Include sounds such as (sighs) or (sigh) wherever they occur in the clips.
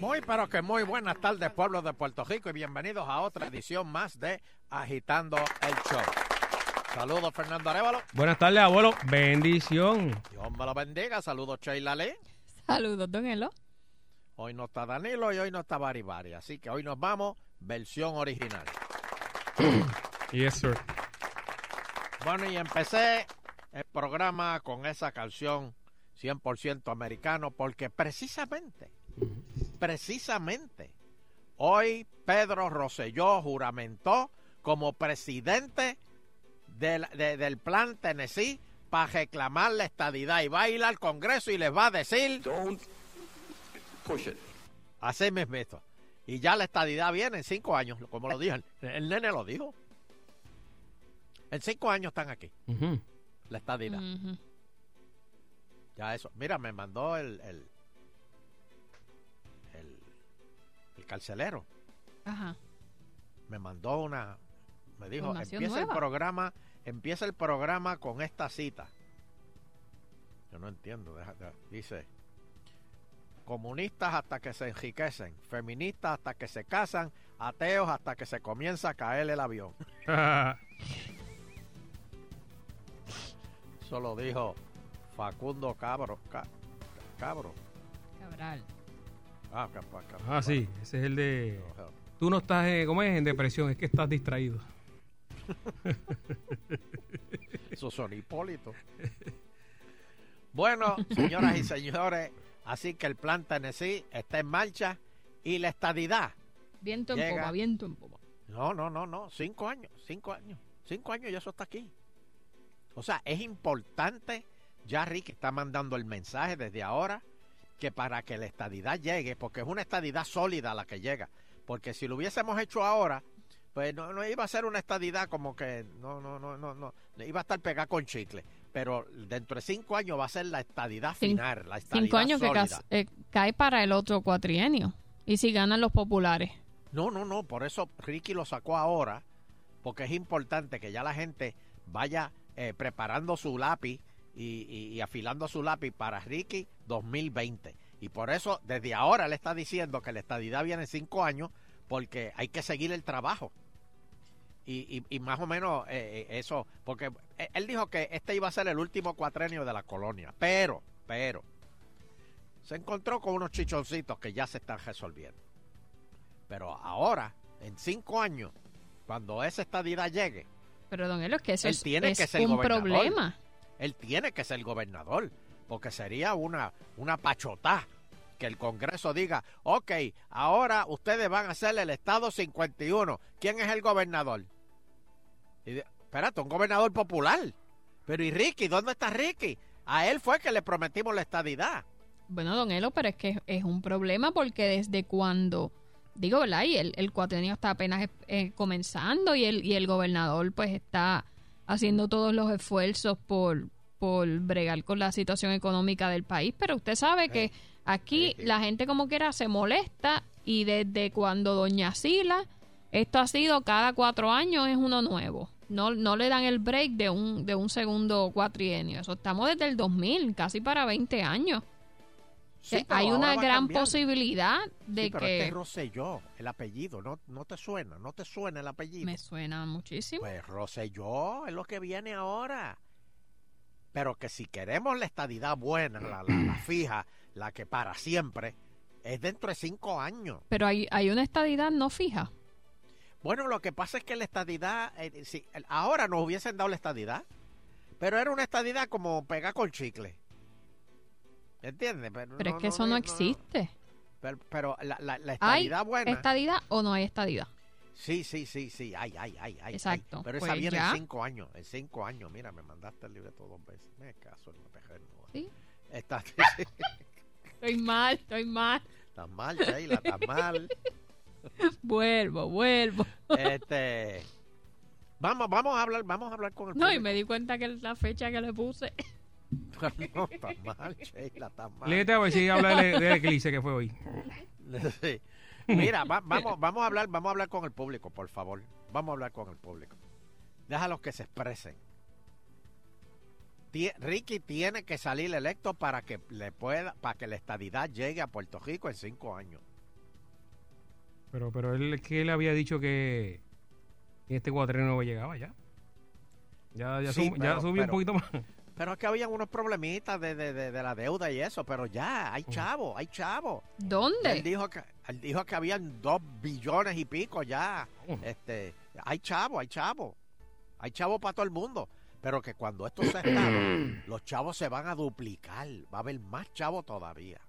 Muy, pero que muy buenas tardes, pueblo de Puerto Rico, y bienvenidos a otra edición más de Agitando el Show. Saludos, Fernando Arevalo. Buenas tardes, abuelo. Bendición. Dios me lo bendiga. Saludos, Sheila Lee. Saludos, don Elo. Hoy no está Danilo y hoy no está Baribari, así que hoy nos vamos versión original. Yes, sir. Bueno, y empecé el programa con esa canción 100% americano, porque precisamente, precisamente, hoy Pedro Rosselló juramentó como presidente del, de- del plan Tennessee para reclamar la estadidad y va a ir al Congreso y les va a decir Don't push it. así mismo. Y ya la estadidad viene en cinco años, como lo dijeron. El nene lo dijo. En cinco años están aquí, Ujú. la estadidad. Ujú. Ya eso. Mira, me mandó el el, el el carcelero. Ajá. Me mandó una. Me dijo, Información empieza el nueva". programa, empieza el programa con esta cita. Yo no entiendo. deja- deja- dice. Comunistas hasta que se enriquecen, feministas hasta que se casan, ateos hasta que se comienza a caer el avión. (laughs) Ah, Eso lo dijo Facundo Cabro. Ca- cabro. Cabral. Ah, capaz, capaz. ah, sí. Ese es el de... Tú no estás, eh, ¿cómo es? En depresión. Es que estás distraído. Eso son Hipólito. Bueno, señoras y señores, así que el plan Tennessee está en marcha y la estadidad. Viento en Llega. popa, viento en popa. No, no, no, no. Cinco años, cinco años. Cinco años y eso está aquí. O sea, es importante. Ya Rick está mandando el mensaje desde ahora que para que la estadidad llegue, porque es una estadidad sólida la que llega. Porque si lo hubiésemos hecho ahora, pues no, no iba a ser una estadidad como que no, no, no, no, no. Iba a estar pegada con chicle. Pero dentro de cinco años va a ser la estadidad Cin- final, la estadidad Cinco años que sólida. cas- eh, cae para el otro cuatrienio. Y si ganan los populares. No, no, no, por eso Ricky lo sacó ahora, porque es importante que ya la gente vaya eh, preparando su lápiz y, y- y afilando su lápiz para Ricky 2020. Y por eso desde ahora le está diciendo que la estadidad viene en cinco años, porque hay que seguir el trabajo. Y, y- y más o menos eh, eh, eso, porque eh, él dijo que este iba a ser el último cuatrenio de la colonia, pero, pero, se encontró con unos chichoncitos que ya se están resolviendo. Pero ahora, en cinco años, cuando esa estadidad llegue, Pero, don Elo, es que eso Él es, tiene es que ser un gobernador. problema. él tiene que ser gobernador, porque sería una, una pachotá que el Congreso diga, ok, ahora ustedes van a ser el Estado 51, ¿quién es el gobernador? Y de- espérate, un gobernador popular. Pero ¿y Ricky? ¿Dónde está Ricky? A él fue que le prometimos la estadidad. Bueno, don Elo, pero es que es, es un problema porque desde cuando, digo, ¿verdad? Y el, el cuatrenio está apenas eh, comenzando y el, y el gobernador pues está haciendo todos los esfuerzos por, por bregar con la situación económica del país, pero usted sabe que aquí sí, sí. la gente como quiera se molesta y desde cuando doña Sila, esto ha sido cada cuatro años es uno nuevo. No, no le dan el break de un, de un segundo cuatrienio. Eso estamos desde el 2000, casi para 20 años. Sí, pero hay una ahora va a gran cambiar. posibilidad de Sí, pero que este es Rosselló, el apellido, no, no te suena, no te suena el apellido. me suena muchísimo. Pues Rosselló es lo que viene ahora. Pero que si queremos la estadidad buena, la, la- (clears throat) la fija, la que para siempre, es dentro de cinco años. Pero hay, hay una estadidad no fija. Bueno, lo que pasa es que la estadidad, eh, si- el- ahora nos hubiesen dado la estadidad, pero era una estadidad como pegar con chicle. ¿Entiendes? Pero es que eso no, existe. Pero, pero la, la- la Hay estadidad buena. estadidad o no hay estadidad. Sí, sí, sí, sí. Ay, ay, ay, ay. Exacto. ay. Pero esa Pues viene ya. en cinco años. En cinco años. Mira, me mandaste el libreto dos veces. Me caso en la pejernuda. Sí. (laughs) Estás, Estoy mal, estoy mal. estás mal, Sheila, estás mal. (laughs) Vuelvo, vuelvo. Este. Vamos, vamos a hablar, vamos a hablar con el No, y público. me di cuenta que la fecha que le puse. (laughs) No, estás mal, Sheila, estás mal. Léete a ver si habla (laughs) del del eclipse que fue hoy. (laughs) Sí. Mira, va- vamos, vamos a hablar, vamos a hablar con el público, por favor. Vamos a hablar con el público. Déjalos que se expresen. Tie- Ricky tiene que salir electo para que le pueda, para que la estadidad llegue a Puerto Rico en cinco años. Pero, pero él, que él había dicho que este cuatreno no llegaba ya. Ya, ya, Sí, sub- ya pero- subí un pero- poquito más. Pero es que habían unos problemitas de, de- de- de la deuda y eso, pero ya, hay chavo, hay chavo. Él ¿Dónde? dijo que, él dijo que habían dos billones y pico ya. Ujú. Este, hay chavo, hay chavo. Hay chavo para todo el mundo. Pero que cuando esto se escabe, los chavos se van a duplicar. Va a haber más chavo todavía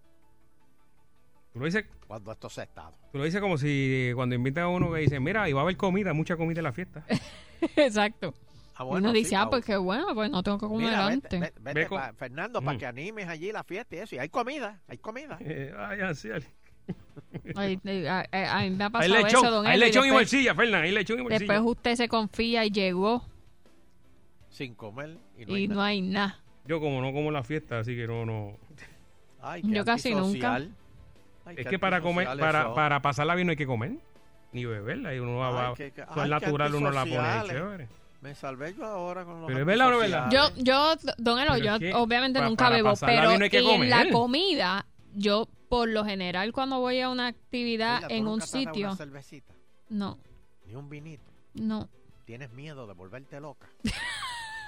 Tú lo dices, cuando esto se estado. tú lo dices como si cuando invitan a uno que dice, mira, y va a haber comida, mucha comida en la (laughs) fiesta. (laughs) Exacto. Ah, Uno dice, sí, ah, Raúl. pues qué bueno, pues no tengo que comer Mira, antes. vete, vete- vete Ve con- pa- Fernando, para Mm. que animes allí la fiesta y eso. Y hay comida, hay comida. Eh, ay, así, Ale. Ay, ay, ay, ay, a mí me ha Hay pasado lechón, eso, don hay Eli, lechón y después, bolsilla, Fernan, hay lechón y bolsilla. después usted se confía y llegó Sin comer y no hay y no nada. hay nada. Yo como no como en la fiesta, así que no, no. Ay, Yo casi nunca. antisocial. Ay, Es qué que para comer, antisociales para, son. para pasarla bien no hay que comer, ni beberla, y uno va, Ay, va- qué- qué- eso ay, es qué natural, uno la pone ahí, antisociales. chévere. Me salvé yo ahora con los Pero es verdad o no es verdad. antisociales. Yo, yo, don Elo, Pero yo es que obviamente pa- nunca para bebo, pasarla pero bien no hay que y en comer. la comida, yo por lo general cuando voy a una actividad Sheila, ¿tú en un nunca te has dado sitio, Una cervecita, no, ni un vinito. no. (laughs) Tienes miedo de volverte loca.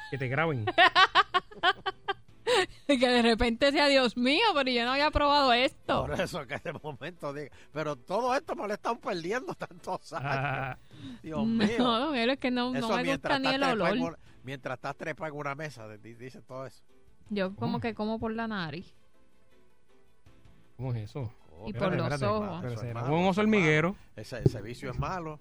Que (laughs) te graben. Que de repente sea Dios mío, pero yo no había probado esto. Por eso que de momento digo. Pero todo esto me lo están perdiendo tantos años. Ah, Dios (laughs) No, mío. don Elo, es que no, no Eso me gusta mientras ni el estás trepado olor. en una- Mientras estás trepado en una mesa, de- di- dice todo eso. Yo como Oh. Mm. que como por la nariz. (laughs) (laughs) ¿Cómo es eso? Oh, Y por espérate, los espérate, ojos. hermano, Pero eso es será malo, un eso oso es malo. hormiguero. Ese, ese vicio es malo.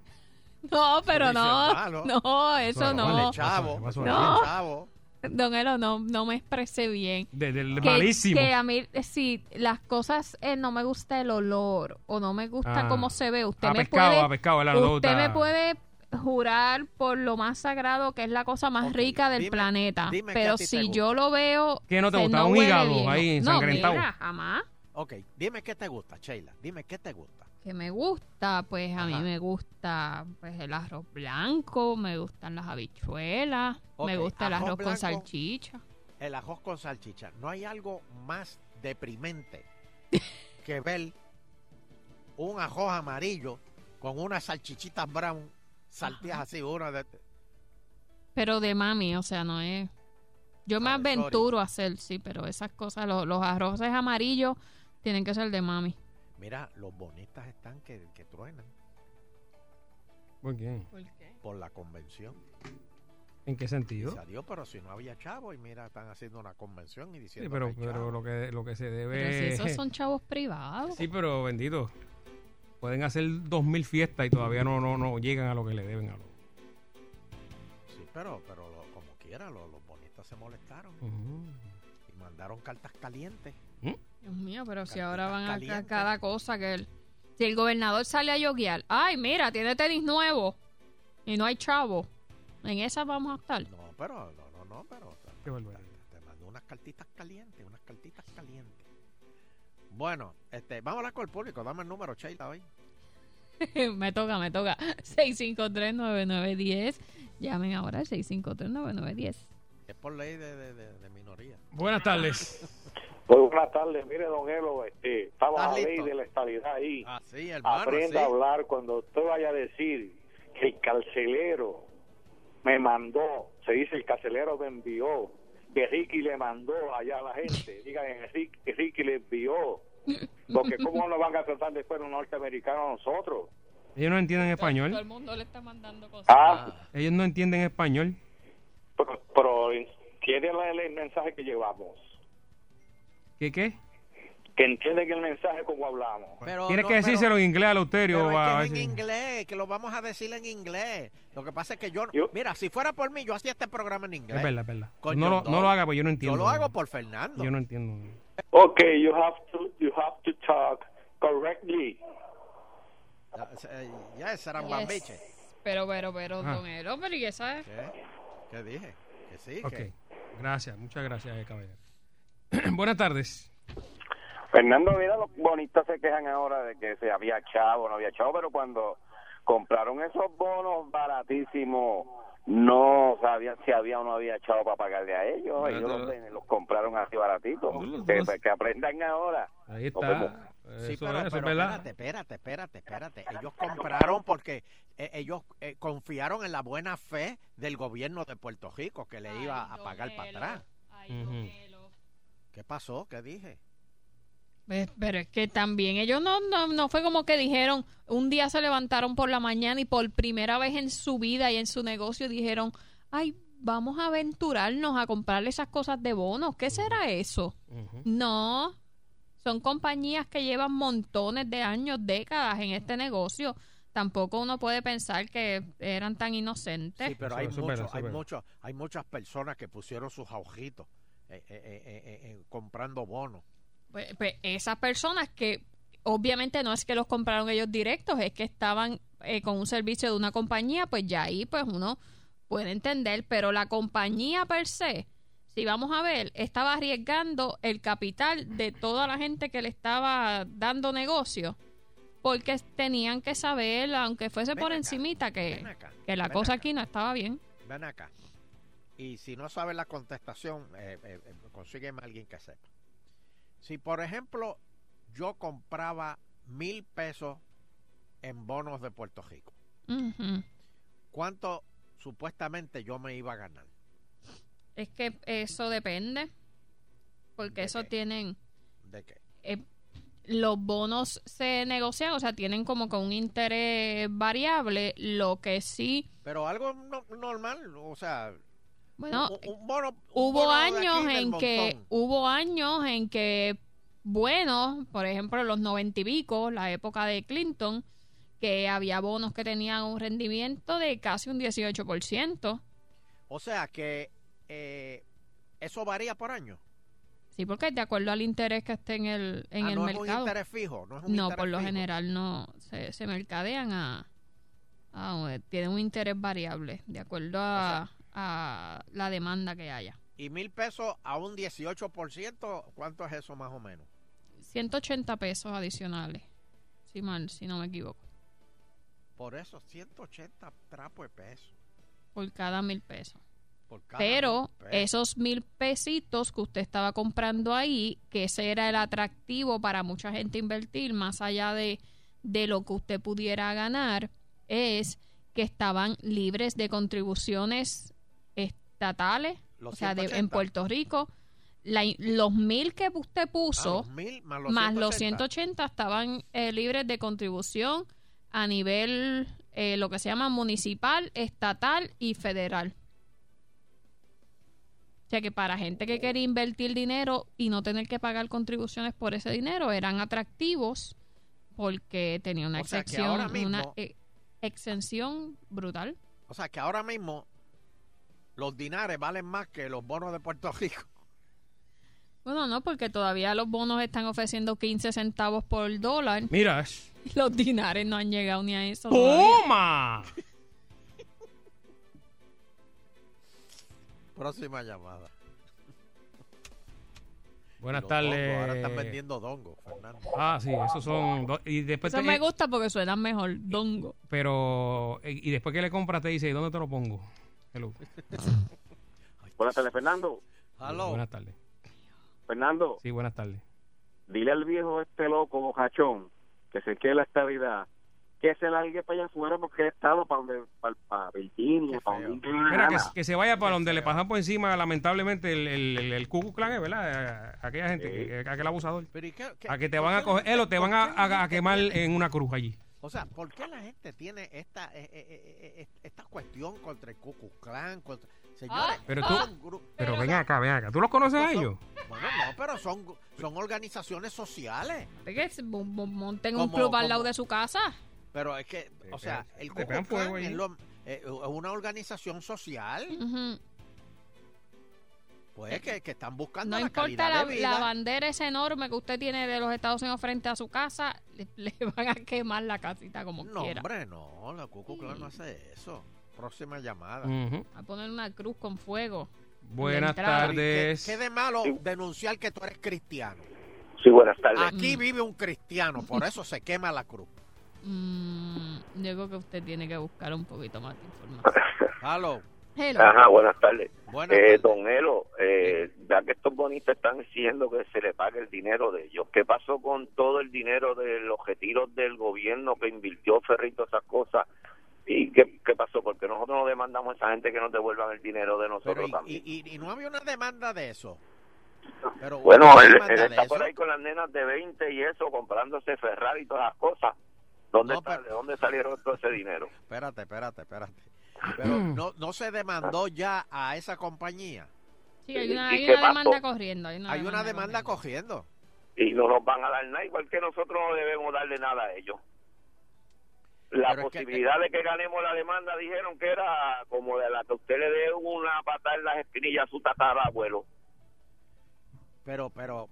No, pero dice no, malo. no, eso Eso no no. Vale, chavo. Eso es eso malo. es chavo. Don Elo, no, no me expresé bien. De- del Que- malísimo. Que a mí, eh, si las cosas eh, no me gusta el olor o no me gusta Ah. cómo se ve, usted a me pescado, a puede, pescado, la usted nota. me puede jurar por lo más sagrado que es la cosa más Ok, rica del dime- planeta. dime qué a pero ti te si gusta. yo lo veo, ¿Qué no te que gusta? Un huele hígado bien, ahí no. ensangrentado. No, mira, jamás. Ok, dime qué te gusta, Sheila. Dime qué te gusta. que me gusta, pues a mí Ajá. me gusta pues el arroz blanco, me gustan las habichuelas, me Ok, gusta el arroz arroz con blanco. salchicha. El ajos con salchicha. No hay algo más (laughs) deprimente que ver un ajos amarillo con unas salchichitas brown salteadas así, una de... Pero de mami, o sea, no es. Yo me Ah, de aventuro a hacer, sí, pero esas cosas, lo- los arroces amarillos tienen que ser de mami. Mira, los bonitas están que, que truenan ¿Por qué? por la convención. ¿En qué sentido? Dice adiós, pero si no había chavo y mira, están haciendo una convención y Sí, diciendo pero, que hay pero chavo. lo, que, lo que se debe... Pero si esos son chavos privados. Sí, pero bendito. Pueden hacer dos mil fiestas y todavía no, no, no llegan a lo que le deben a los... Sí, pero, pero lo- como quiera, lo- los bonitas se molestaron Ujú. y mandaron cartas calientes. Dios mío, pero si Cartitas ahora van a- a, calientes. cada cosa que el, si el gobernador sale a yoguear, ay, mira, tiene tenis nuevo y no hay chavo. En esas vamos a estar. (laughs) No, pero, no, no, no, pero. te- Qué barbaridad. Te, te mandó unas cartitas calientes, unas cartitas calientes. Bueno, este, vamos a hablar con el público. Dame el número, Sheila, hoy. me toca, me toca. (laughs) 653-9910. Llamen ahora al 653-9910. Es por ley de, de- de- de minoría. Buenas tardes. Muy Pues, buenas tardes, mire don Elo, este, estaba la ¿Estás ley listo? de la estabilidad ahí. Así, Ah, hermano. Aprenda a así. hablar cuando usted vaya a decir que el carcelero me mandó, se dice el carcelero me envió, que Ricky le mandó allá a (laughs) la gente, digan Ricky, Ricky le envió, porque cómo nos van a tratar después los norteamericanos a nosotros. Ellos no entienden Todo español. el mundo le está mandando cosas. Ah, Ellos no entienden español. pero, pero entienden el, el mensaje que llevamos, ¿Qué qué? que entienden el mensaje como hablamos. Pero Tienes no, que pero- decírselo en inglés a Luterio. Pero a- es que a es en ver si- inglés, que lo vamos a decir en inglés. Lo que pasa es que yo, Yo- mira, si fuera por mí, yo hacía este programa en inglés. Es verdad, es verdad. Con no, lo, John no Doe. lo haga, pues yo no entiendo. Yo lo hago por Fernando. Yo no entiendo. Okay, you have to you have to talk correctly. Ya, ese Ah, eh, era Yes. Bambiche. Pero, pero, pero, Ah. don Elo, pero ¿y esa es? ¿Qué? ¿Qué dije? Que sí, Ok. que... Gracias, muchas gracias, eh, caballero. (clears throat) Buenas tardes. Fernando, mira, los bonitas se quejan ahora de que se había chavo, no había chavo, pero cuando compraron esos bonos baratísimos, no sabían si había o no había chavo para pagarle a ellos. Ellos los, los compraron así baratitos. pues, Que, que aprendan ahora. Ahí Nos vemos. está. Sí, Eso pero, es, eso es pero verdad. espérate, espérate, espérate, espérate. Ellos compraron porque eh, ellos eh, confiaron en la buena fe del gobierno de Puerto Rico que le iba a pagar para atrás. Ujú. ¿Qué pasó? ¿Qué dije? Pues, pero es que también ellos no, no, no fue como que dijeron, un día se levantaron por la mañana y por primera vez en su vida y en su negocio dijeron, ay, vamos a aventurarnos a comprar esas cosas de bonos, ¿qué será eso? Ujú. No, son compañías que llevan montones de años, décadas en este negocio. Tampoco uno puede pensar que eran tan inocentes. Sí, pero Eso- hay, eso es mucho- verdad, eso es hay, verdad. mucho- hay muchas personas que pusieron sus agujitos eh, eh, eh, eh, eh, comprando bonos. Pues- pues esas personas que obviamente no es que los compraron ellos directos, es que estaban eh, con un servicio de una compañía, pues ya ahí pues uno puede entender, pero la compañía per se, si vamos a ver, estaba arriesgando el capital de toda la gente que le estaba dando negocio, porque tenían que saber, aunque fuese Ven por acá, encimita, que, Ven acá. Eh, que la ven cosa acá, aquí no estaba bien. Ven acá. Y si no sabes la contestación, eh, eh, eh, consígueme a alguien que sepa. Si, por ejemplo, yo compraba mil pesos en bonos de Puerto Rico, Ujú. ¿cuánto supuestamente yo me iba a ganar? Es que eso depende, porque ¿De eso qué? tienen... ¿De qué? eh, los bonos se negocian, o sea, tienen como que un interés variable, lo que sí, Pero algo no- normal, o sea, bueno, un, un bono. un hubo bono de aquí años del en que montón. hubo años en que bueno por ejemplo los noventa y pico la época de Clinton que había bonos que tenían un rendimiento de casi un 18%. O sea que eh, eso varía por año. Sí, porque es de acuerdo al interés que esté en el, en Ah, el no es un mercado. interés fijo. No, es un No, interés por lo fijo. general no se, se mercadean a, a- eh, tienen un interés variable de acuerdo a, a la demanda que haya. Y mil pesos a un 18%, ¿cuánto es eso más o menos? 180 pesos adicionales, si mal, si no me equivoco, Por eso, 180 trapos de peso. por cada mil pesos. Por cada Pero mil pesos. esos mil pesitos que usted estaba comprando ahí, que ese era el atractivo para mucha gente invertir, más allá de, de lo que usted pudiera ganar, es que estaban libres de contribuciones estatales, Los o sea, de- 180. en Puerto Rico. La- los mil que usted Ah, puso, los mil más los más los 180. 180, estaban eh, libres de contribución a nivel, eh, lo que se llama municipal, estatal y federal. O sea que para gente que quería invertir dinero y no tener que pagar contribuciones por ese dinero, eran atractivos porque tenía una O sea, que exención, ahora mismo- una eh, exención brutal. O sea que ahora mismo los dinares valen más que los bonos de Puerto Rico. (laughs) Bueno, no, porque todavía los bonos están ofreciendo 15 centavos por dólar. (laughs) Mira, sh- Los dinares no han llegado ni a eso. todavía. ¡toma! Próxima llamada. (laughs) Buenas Los tardes. dongos, Ahora están vendiendo dongo, Fernando. Ah, sí, esos son. do- Y Pues después Eso te- me gusta porque suena mejor, dongo. Pero. eh, Y y después que le compras, te dice, ¿dónde te lo pongo? Hello. Buenas tardes, Fernando. Aló. Buenas tardes. Fernando, Sí, buenas tardes. dile al viejo este loco, jachón, que se quede en la estabilidad, que se largue para allá afuera porque he estado para donde, para, para Virginia, Qué para feo. donde... Mira, que, que se vaya para donde le pasan por encima, lamentablemente, el, el, el, el Ku Klux Klan, ¿eh? ¿verdad? A- a Aquella gente, que- aquel abusador. Pero ¿y qué- qué- A que te por van qué a la coger, gente- Elo, te por van qué a, la a- a gente quemar tiene- en una cruz allí. O sea, ¿por qué la gente tiene esta eh, eh, eh, esta cuestión contra el Ku Klux Klan? Contra... Señores, Ah, Pero no tú- son gru- Pero ven acá, ven acá. ¿Tú los conoces a Son- ellos? Bueno, no, pero son, gru- son organizaciones sociales. Que se mo- mo- monten un Como- club al lado como- de su casa. Pero es que, o sea, pegan- el Eh, te Ku pegan Klux fuego Klan ahí. es, lo- eh, es una organización social, Ujú. pues que, que están buscando Eh, No la importa calidad la, de la vida. bandera esa enorme que usted tiene de los Estados Unidos frente a su casa, le, (laughs) le van a quemar la casita como no, quiera. Mm. hombre, no, la Ku Klux Klan no hace eso. Próxima llamada. Ujú. A poner una cruz con fuego. Buenas entrada. Pero, ¿y ¿Qué, tardes. qué de malo denunciar que tú eres cristiano? Sí, buenas tardes. Aquí Mm. vive un cristiano, por eso se quema la cruz. (laughs) Mm, yo creo que usted tiene que buscar un poquito más de información. Halo, Hello. Ajá, buenas tardes. Buenas Eh, tardes. don Elo, eh, ya que estos bonistas están diciendo que se le pague el dinero de ellos, ¿qué pasó con todo el dinero de los retiros del gobierno que invirtió Ferrito esas cosas? ¿Y qué, qué pasó? Porque nosotros no demandamos a esa gente que nos devuelvan el dinero de nosotros Pero y, también. y- y- y no había una demanda de eso. Pero hubo bueno, una él, demanda él de está eso. por ahí con las nenas de 20 y eso, comprándose Ferrari y todas las cosas. ¿Dónde No, está- pero- ¿De dónde salieron todo ese dinero? Espérate, espérate, espérate. Pero no, no se demandó ya a esa compañía. Sí, hay una, ¿Y hay qué una pasó? demanda corriendo. Hay una Hay demanda, una demanda cogiendo. y no nos van a dar nada, igual que nosotros no debemos darle nada a ellos. La Pero es que- posibilidad de que ganemos la demanda dijeron que era como de la que usted le dé una patada en las espinillas a su tatarabuelo. Pero, pero,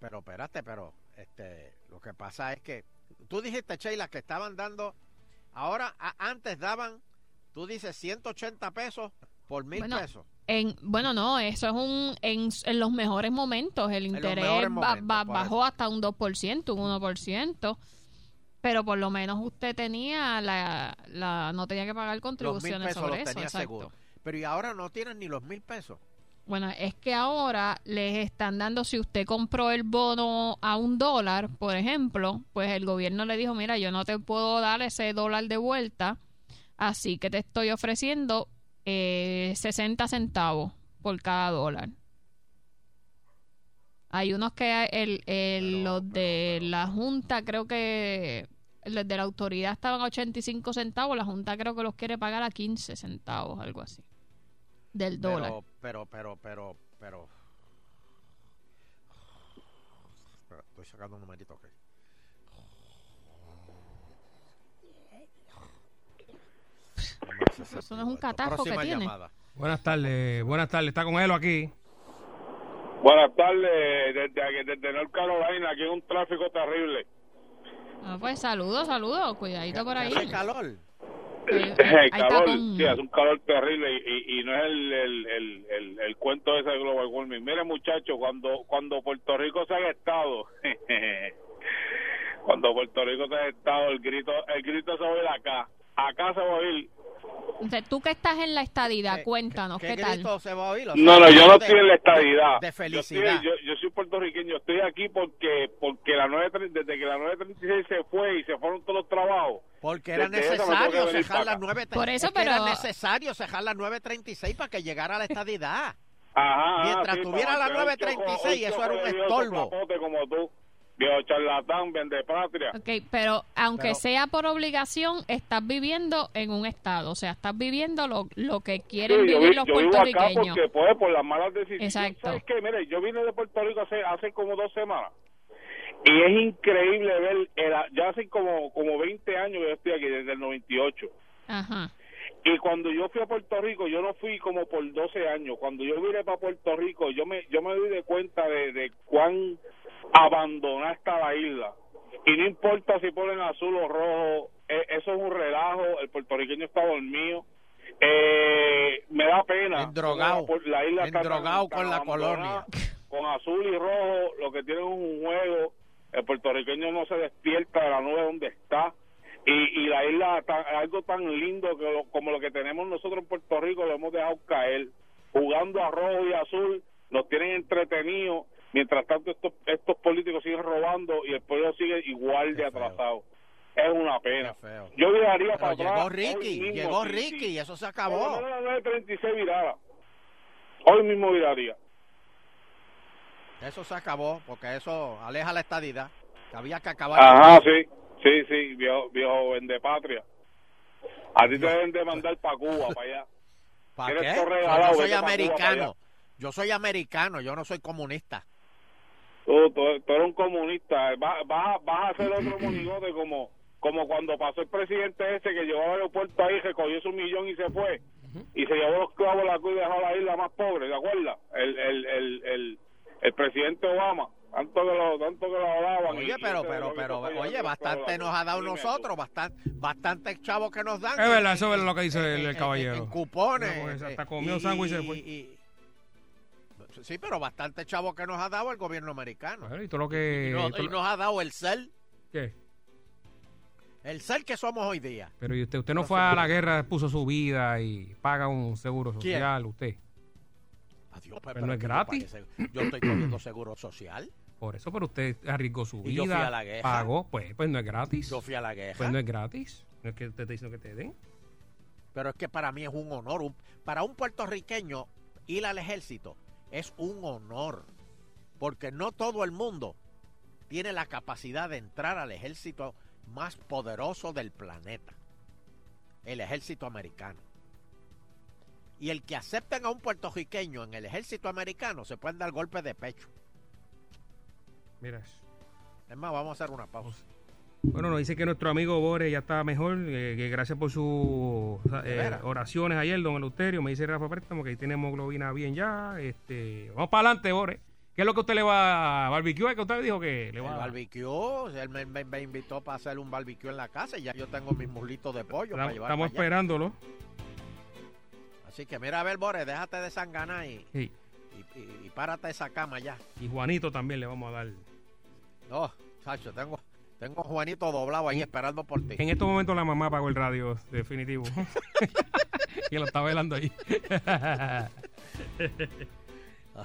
pero, espérate, pero, este, lo que pasa es que tú dijiste, Sheila, que estaban dando, ahora, a- antes daban, tú dices 180 pesos por mil Bueno, pesos. En, bueno, no, eso es un en, en los mejores momentos. El los interés mejores ba- momentos, ba- por bajó hasta un 2%, un 1%. Pero por lo menos usted tenía la, la no tenía que pagar Los mil contribuciones pesos sobre los eso. tenía exacto. seguro. Pero y ahora no tienes ni los mil pesos. Bueno, es que ahora les están dando, si usted compró el bono a un dólar, por ejemplo, pues el gobierno le dijo, mira, yo no te puedo dar ese dólar de vuelta, así que te estoy ofreciendo eh, 60 centavos por cada dólar. Hay unos que el, el- Pero- los de pero- pero- la Junta creo que los de la autoridad estaban a 85 centavos, la Junta creo que los quiere pagar a 15 centavos, algo así, del dólar. Pero, pero, pero, pero, pero. Espera, Estoy sacando un numerito, ok. (laughs) Eso no es un catafo que Próxima tiene. llamada. Buenas tardes, buenas tardes. Está con Elo aquí. Buenas tardes, desde, aquí- desde North Carolina, aquí hay un (laughs) tráfico terrible. Ah, pues saludos, saludos, cuidadito por ahí. Hace calor. Ahí- El ahí está calor, con- sí, hace un calor terrible y, y- y no es el, el, el, el, el cuento ese de global warming. Mire, muchachos, cuando, cuando Puerto Rico se ha (laughs) estado, cuando Puerto Rico se ha estado, el grito, el grito se va a oír acá. Acá se va a oír. Entonces, tú que estás en la estadidad, ¿Qué- cuéntanos, ¿qué, ¿Qué tal? grito se va a oír? O sea, No, no, yo no de- estoy en la estadidad. de Yo estoy- felicidad. Yo, yo soy puertorriqueño, estoy aquí porque porque la 930 desde que la 936 se fue y se fueron todos los trabajos. Porque era Desde esa me tengo que necesario venir cejar para las acá. 9. Por eso, es que pero- Era necesario cejar las 9.36 para que llegara la estadidad. Ajá, ajá, Mientras sí, tuviera para la mantener un 936, choco- eso era un choco de estorbo. viejo zapote como tú, viejo charlatán, vende patria. Ok, pero aunque Pero- sea por obligación, estás viviendo en un estado, o sea, estás viviendo lo, lo que quieren Sí, yo, vivir vi- los yo vivo acá puertorriqueños. porque pues, por las malas decisiones. Exacto. ¿Sabes qué? Mire, yo vine de Puerto Rico hace, hace como dos semanas. Y es increíble ver, era, ya hace como, como 20 años que yo estoy aquí, desde el 98. Ajá. Y cuando yo fui a Puerto Rico, yo no fui como por 12 años. Cuando yo vine para Puerto Rico, yo me yo me doy de cuenta de, de cuán abandonada está la isla. Y no importa si ponen azul o rojo, eh, eso es un relajo. El puertorriqueño está dormido. Eh, me da pena. Endrogado. Por La isla está tan- Endrogado tan con la colonia. abandonada. Con azul y rojo, lo que tienen es un juego. El puertorriqueño no se despierta de la nube donde está y, y la isla tan- algo tan lindo que lo- como lo que tenemos nosotros en Puerto Rico lo hemos dejado caer jugando a rojo y azul nos tienen entretenidos mientras tanto estos estos políticos siguen robando y el pueblo sigue igual de Qué feo. atrasado es una Qué pena feo. yo viajaría para Pero llegó atrás Ricky, hoy mismo, llegó sí, Ricky sí. y eso se Por lo acabó. menos a las 9:36 virara hoy mismo viraría Eso se acabó porque eso aleja la estadidad. Que había que acabar. ajá sí sí sí viejo viejo vende patria a ti te deben de mandar para Cuba para allá ¿Para ¿Quieres qué? correr Yo- al Yo lado? soy Vete pa' Cuba, para americano. allá. Yo soy americano, yo no soy comunista. Tú, tú, tú eres un comunista. Vas, vas, vas a (clears throat) hacer otro monigote como, como cuando pasó el presidente ese que llegó al aeropuerto ahí, recogió su millón y se fue. Y se llevó los clavos a la cruz y dejó la isla más pobre, ¿te acuerdas? El, el, el, el, el presidente Obama. Tanto que lo, tanto que lo alaban. y- Oye, y pero, ese pero, lo pero, que se fue oye, llevando los clavos a bastante la cruz. nos ha dado Dime tú. nosotros, bastante, bastante chavo que nos dan. Es verdad, en- eso es verdad lo que dice en- el- el en- en- caballero. En cupones. Mira, pues, hasta eh, comió y- sándwich y y- se fue. y- Sí, pero bastante chavo que nos ha dado el gobierno americano. Bueno, y todo Eh, lo que. y, no- todo y lo- nos ha dado el CEL, ¿Qué? el el ser que somos hoy día. Pero ¿y usted, usted no fue a la guerra, puso su vida y paga un seguro ¿Quién? social, usted. Adiós, pues, Pero no es que yo gratis. pagué seg- Yo estoy cogiendo seguro (clears throat) social. Por eso, pero usted arriesgó su vida. Y yo fui a la guerra. Pagó, pues, pues no es gratis. Yo fui a la guerra. Pues no es gratis. No es que usted te diciendo que te den. Pero es que para mí es un honor. un- para un puertorriqueño ir al ejército es un honor. Porque no todo el mundo tiene la capacidad de entrar al ejército más poderoso del planeta. El ejército americano. Y el que acepten a un puertorriqueño en el ejército americano se pueden dar golpes de pecho. Mira eso. Es más, vamos a hacer una pausa. Bueno, nos dice que nuestro amigo Bore ya está mejor. eh, que gracias por sus ¿De eh, veras? oraciones ayer, don Eleuterio. Me dice Rafa Préstamo que ahí tiene hemoglobina bien ya. Este, vamos para adelante, Bore. ¿Qué es lo que usted le va a barbecue? Que usted dijo que le El va a barbecue, él me, me- me invitó para hacer un barbecue en la casa y ya yo tengo mis muslitos de pollo para Estamos, llevar estamos para allá. esperándolo. Así que mira, a ver, Bore, déjate de sanganar y, Sí. y- y- y párate esa cama ya. Y Juanito también le vamos a dar. No, chacho, tengo, tengo a Juanito doblado ahí esperando por ti. En estos momentos la mamá apagó el radio, (laughs) definitivo. (laughs) y lo está velando ahí.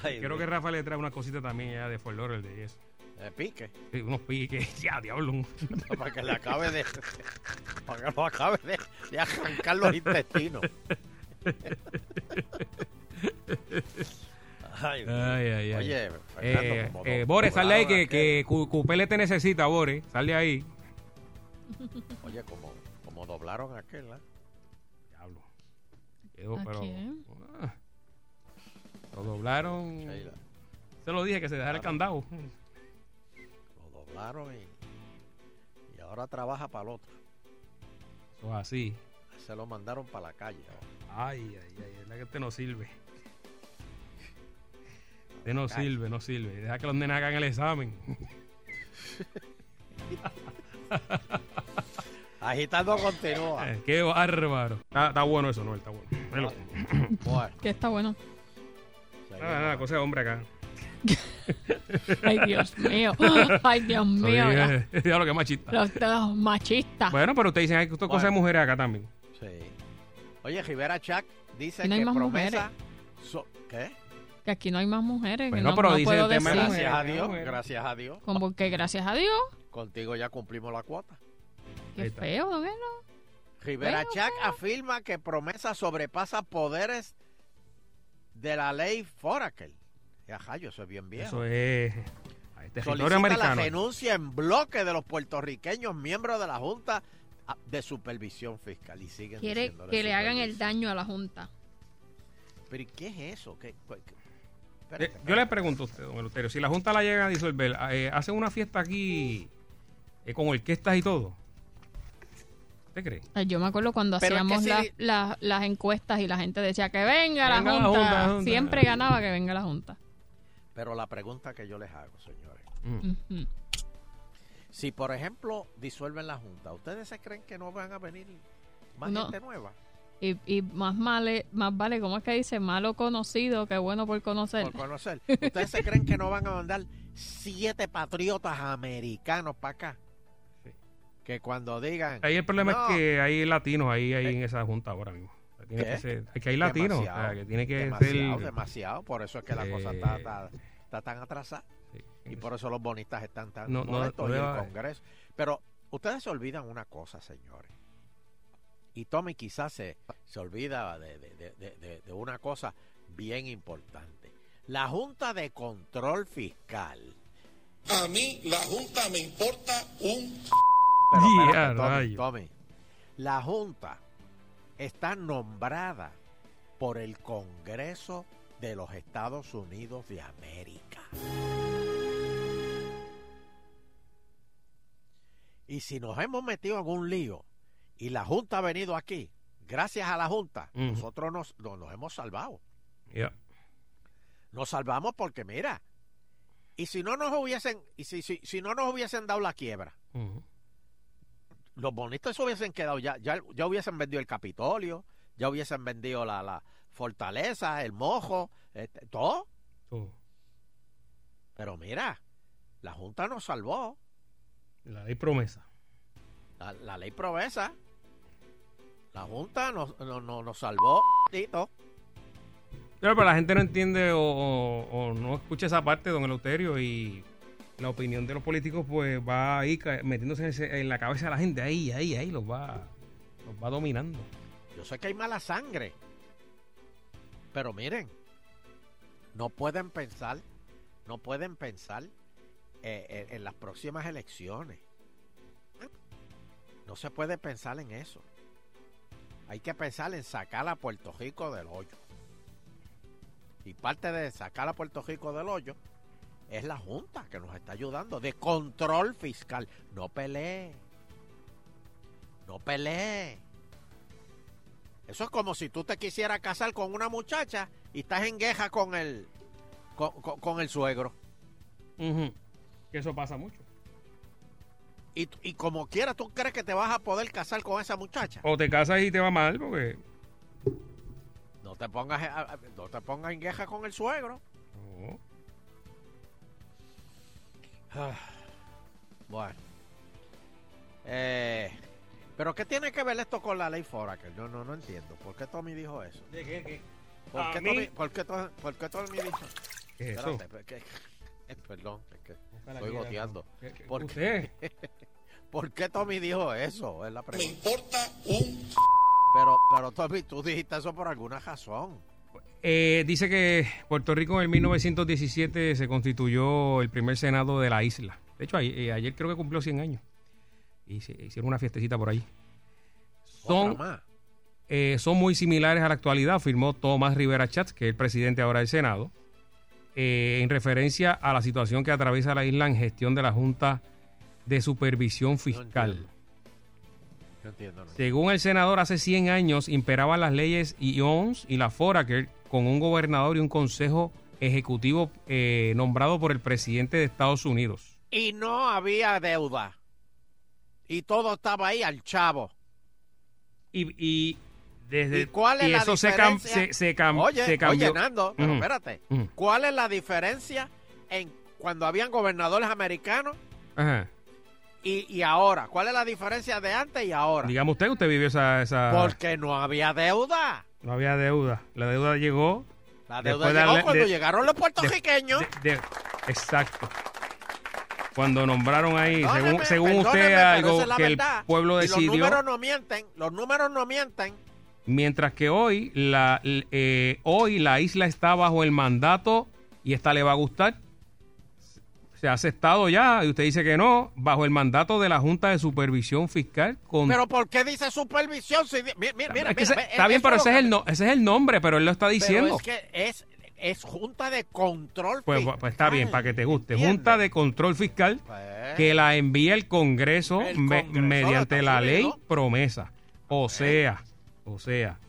Ay, Creo que Rafa le trae una cosita también ya de Fort Lauderdale de eso. eh, pique, Sí, unos piques, (laughs) ya, diablo. un- para que le acabe de... (laughs) Para que lo acabe de, de arrancar los intestinos. Ay, Ay, ay, ay. Oye, Eh, Fernando, eh, como- Bore, como sale ahí que, Laura, que Cu- Cupele te necesita, Bore. Sale ahí. Oye, como, como doblaron aquel, ¿eh? Diablo. Quedó, ¿A pero. quién? Ah. Lo doblaron. Sheila, Se lo dije que se dejara el candado. Lo doblaron y, y ahora trabaja para el otro. Eso es así. Se lo mandaron para la calle. ahora. Ay, ay, ay, es la que este no sirve. Este no Calle. sirve, no sirve. Deja que los nenes hagan el examen. Agitando (laughs) continúa. Eh, Qué bárbaro. Está, está bueno eso, Noel, está bueno. Velo. Bueno, Que está bueno. seguimos. Nada, nada, cosa de hombre acá. Ay, Dios mío. (laughs) Ay, Dios Eso mío. ya. dije, (laughs) Diablo, qué machista. Los, los machistas. Bueno, pero ustedes dicen, hay cosas de Ah. Bueno. mujeres acá también. Sí. Oye, Rivera Chac dice Y no hay que más promesa. so- ¿Qué? Que aquí no hay más mujeres. que Bueno, no, pero no dice puedo el tema de decir. mujeres. Gracias a Bueno, Dios, bueno. gracias a Dios. Como que gracias a Dios. Contigo ya cumplimos la cuota. Ahí Qué está. feo, don Elo. Rivera Bueno, pues. Chac afirma que promesa sobrepasa poderes de la ley Foraker. Ya, jayo, eso es bien viejo. Eso es. Ahí, territorio Solicita la americano. renuncia en bloque de los puertorriqueños miembros de la Junta ah, de Supervisión Fiscal. Y siguen Quiere diciéndole que le hagan el supervisión. daño a la Junta. ¿Pero ¿y qué es eso? ¿Qué, cu- qué- Eh, Espérate, yo le espérate. pregunto a usted, don Eleuterio, si la Junta la llega a disolver, eh, ¿hace una fiesta aquí eh, con orquestas y todo? ¿Usted cree? Ay, Yo me acuerdo cuando Pero es que hacíamos si la- di- la- las encuestas y la gente decía que venga, la, Venga la junta. junta, la junta. Siempre ganaba que venga la Junta. Pero la pregunta que yo les hago, señores. Mm. Ujú. Si, por ejemplo, disuelven la Junta, ¿ustedes se creen que no van a venir más No. gente nueva? Y, y más, male, más vale, ¿cómo es que dice? Malo conocido que bueno por conocer. (laughs) Por conocer. ¿Ustedes se creen que no van a mandar siete patriotas americanos para acá? Sí. Que cuando digan... Ahí el problema No. Eh. es que hay latinos ahí, ahí en esa Junta ahora mismo. O sea, tiene ¿Qué? que ser- hay que hay latinos, o sea, Demasiado, que tiene que demasiado, ser. demasiado. Por eso es que la cosa Eh, está, está- está tan atrasada. sí, Y por eso los bonistas están tan No, no, molestos no y el deba- Congreso. Pero ustedes se olvidan una cosa, señores. Y Tommy quizás se, se olvida de, de- de- de- de- de una cosa bien importante. La Junta de Control Fiscal. A mí la Junta me importa un Pero (laughs) Ya, espérate, Tommy, rayo. Tommy. La Junta está nombrada por el Congreso de los Estados Unidos de América. Y si nos hemos metido en un lío y la Junta ha venido aquí, gracias a la Junta, Ujú. nosotros nos, no- nos hemos salvado. Ya. Nos salvamos porque, mira, y si no nos hubiesen, y si, si, si no nos hubiesen dado la quiebra, Ujú. los bonistas se hubiesen quedado ya, ya, ya hubiesen vendido el Capitolio, ya hubiesen vendido la, la fortaleza, el mojo, este, todo. Eso, Pero mira, la Junta nos salvó. la ley promesa. La, la ley provesa. La Junta nos, nos, nos- nos salvó, Tito. Claro, pero la gente no entiende o, o- o no escucha esa parte, don Eleuterio, y la opinión de los políticos pues va ahí ca- metiéndose en, ese- en la cabeza de la gente, ahí, ahí, ahí, los va, los va dominando. Yo sé que hay mala sangre. Pero miren, no pueden pensar, no pueden pensar eh, eh, en las próximas elecciones. ¿Eh? No se puede pensar en eso. Hay que pensar en sacar a Puerto Rico del hoyo. Y parte de sacar a Puerto Rico del hoyo es la Junta que nos está ayudando de control fiscal. No pelee. No pelee. Eso es como si tú te quisieras casar con una muchacha y estás en guerra con el con, con- con el suegro. Ujú. Que eso pasa mucho. Y, y como quiera, ¿tú crees que te vas a poder casar con esa muchacha? O te casas y te va mal, porque... No te pongas, a- a- no te pongas en guerra con el suegro. (sighs) no. Bueno. Eh, Pero ¿qué tiene que ver esto con la ley Foraker? No, no, no entiendo. ¿Por qué Tommy dijo eso? ¿Por, A qué, mí- Tommy, por qué To- por qué Tommy dijo ¿Qué es eso? Espérate, pe- que- (laughs) eh, perdón, es que estoy goteando. ¿Qué- qué- ¿Por usted? qué? ¿Por qué Tommy dijo eso? Es la Me pregunta. importa un Pero, pero Tommy, tú dijiste eso por alguna razón. Eh, dice que Puerto Rico en el 1917 se constituyó el primer senado de la isla. De hecho, a- eh, ayer creo que cumplió 100 años. Y se- hicieron una fiestecita por ahí. Otra Son, más. eh, son muy similares a la actualidad, afirmó Tomás Rivera Chatz, que es el presidente ahora del Senado, eh, en referencia a la situación que atraviesa la isla en gestión de la Junta de Supervisión Fiscal. entiendo. No entiendo, no. Según el senador, hace 100 años imperaban las leyes IONS y la Foraker con un gobernador y un consejo ejecutivo eh, nombrado por el presidente de Estados Unidos. Y no había deuda. Y todo estaba ahí al chavo. Y, y desde ¿Y cuál es y la eso se, cam- diferencia? se, se cam- Oye, se cambió. oye, Nando, pero Ujú. espérate. Ujú. ¿Cuál es la diferencia en cuando habían gobernadores americanos Ajá. y, y ahora? ¿Cuál es la diferencia de antes y ahora? Dígame usted, usted vivió esa... esa- Porque no había deuda. No había deuda. La deuda llegó... La deuda Después de llegó la- cuando de- llegaron los puertorriqueños. de- de- exacto. Cuando nombraron ahí, según, Perdóneme, según usted, perdóneme, pero algo esa es la que el verdad. pueblo Y decidió... los números no mienten, los números no mienten. Mientras que hoy la, l- eh, hoy la isla está bajo el mandato, y esta le va a gustar, se ha aceptado ya, y usted dice que no, bajo el mandato de la Junta de Supervisión Fiscal. Con, Pero ¿por qué dice supervisión? Si di- mi- mi- mira, Es mira, que ese- ve, está bien, eso pero es ese lo es, que- el no- ese es el nombre, pero él lo está pero diciendo. es que es, es junta de control. pues, pues está Ah, bien, para que te guste. ¿entiendes? Junta de Control Fiscal Pues, que la envía el Congreso, El me- Congreso de mediante la Estados ley Unidos. promesa. O sea, o sea,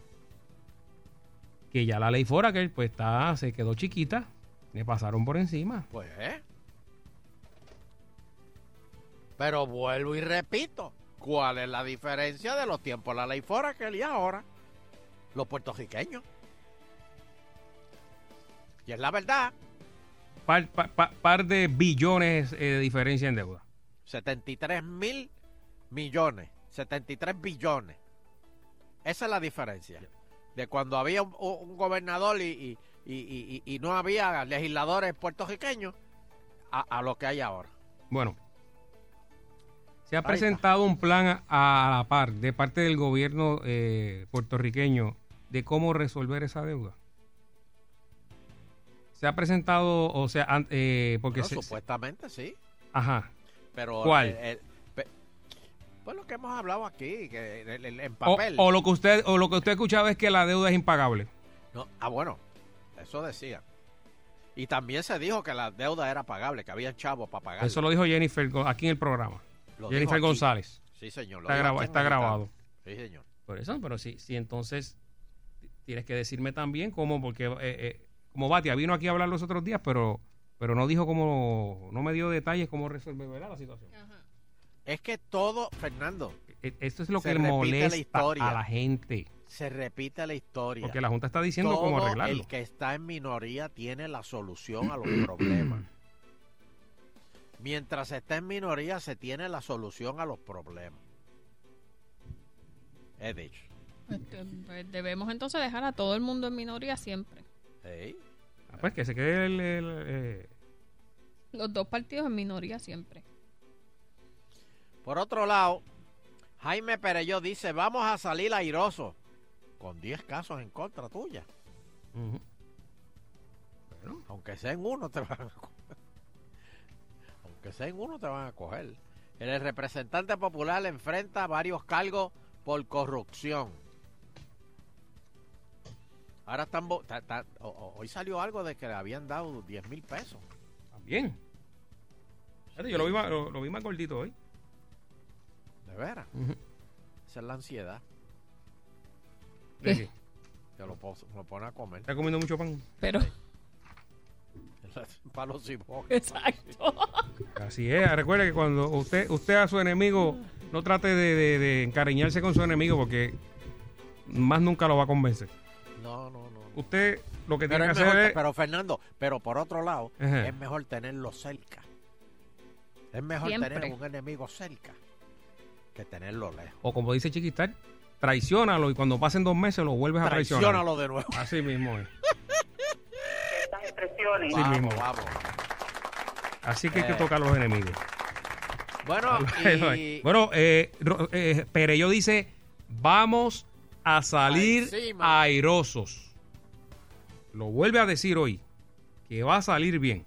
que ya la ley Foraker pues está, se quedó chiquita, le pasaron por encima. pues, eh. Pero vuelvo y repito, ¿cuál es la diferencia de los tiempos de la ley Foraker y ahora? Los puertorriqueños. Y es la verdad, Par, pa- pa- par de billones eh, de diferencia en deuda. 73 mil millones, 73 billones. Esa es la diferencia. De cuando había un, un gobernador y, y- y- y- y no había legisladores puertorriqueños a, a lo que hay ahora. Bueno, se ha Ahí presentado un plan a, a la par de parte del gobierno eh, puertorriqueño de cómo resolver esa deuda. Se ha presentado, o sea, an- eh, porque Bueno, se- se- supuestamente sí, Ajá. pero... ¿Cuál? el- el- pe- pues lo que hemos hablado aquí, que el- el- en O, papel... o lo que usted o lo que usted escuchaba es que la deuda es impagable. No, ah, bueno, eso decía. Y también se dijo que la deuda era pagable, que había chavo para pagar. Eso lo dijo Jennifer Go- aquí en el programa. Jennifer González. Sí, señor. lo Está, dijo graba- aquí en está el programa. grabado. Sí, señor. Por eso, pero sí, sí entonces t- tienes que decirme también cómo, porque eh, eh, como Batia vino aquí a hablar los otros días, pero pero no dijo cómo, no me dio detalles cómo resolver ¿verdad? la situación. Es que todo, Fernando, E- Esto es lo Se que repite la molesta historia. a la gente, se repite la historia. porque la Junta está diciendo cómo Todo arreglarlo. El que está en minoría tiene la solución a los (clears throat) problemas. Mientras está en minoría se tiene la solución a los problemas. he dicho. Este, pues, debemos entonces dejar a todo el mundo en minoría siempre. Sí. Ah, Pues que se quede el, el, eh, Los dos partidos en minoría siempre. Por otro lado, Jaime Pereyó dice, vamos a salir airoso. Con 10 casos en contra tuya. ujú. Aunque sea en uno, te van a coger. Aunque sea en uno, te van a coger. El representante popular enfrenta varios cargos por corrupción. Ahora están... bo- ta- ta- o- o- hoy salió algo de que le habían dado 10 mil pesos. También. Fíjate, Yo lo vi, más, lo, lo vi más gordito hoy. De veras. Esa es la ansiedad. ¿De ¿Qué? qué? Te lo, pos- lo pone a comer. (laughs) Está comiendo mucho pan. Pero, (laughs) Palos y boca. exacto. Así es, recuerde que cuando usted, usted a su enemigo, no trate de, de- de encariñarse con su enemigo porque más nunca lo va a convencer. No, no, no. no. Usted lo que Pero, tiene es que hacer mejor es... te- pero Fernando, pero por otro lado, Ajá. es mejor tenerlo cerca. Es mejor Siempre. tener un enemigo cerca que tenerlo lejos. O como dice Chiquistar, traicionalo y cuando pasen dos meses lo vuelves a traicionar. Traicionalo de nuevo. Así mismo es. Estas expresiones. Sí mismo. Vamos, vamos. Así que hay que Eh. tocar a los enemigos. Bueno, y Bueno, eh, Ro- eh, Perelló dice, vamos a salir Encima. airosos. Lo vuelve a decir hoy, que va a salir bien.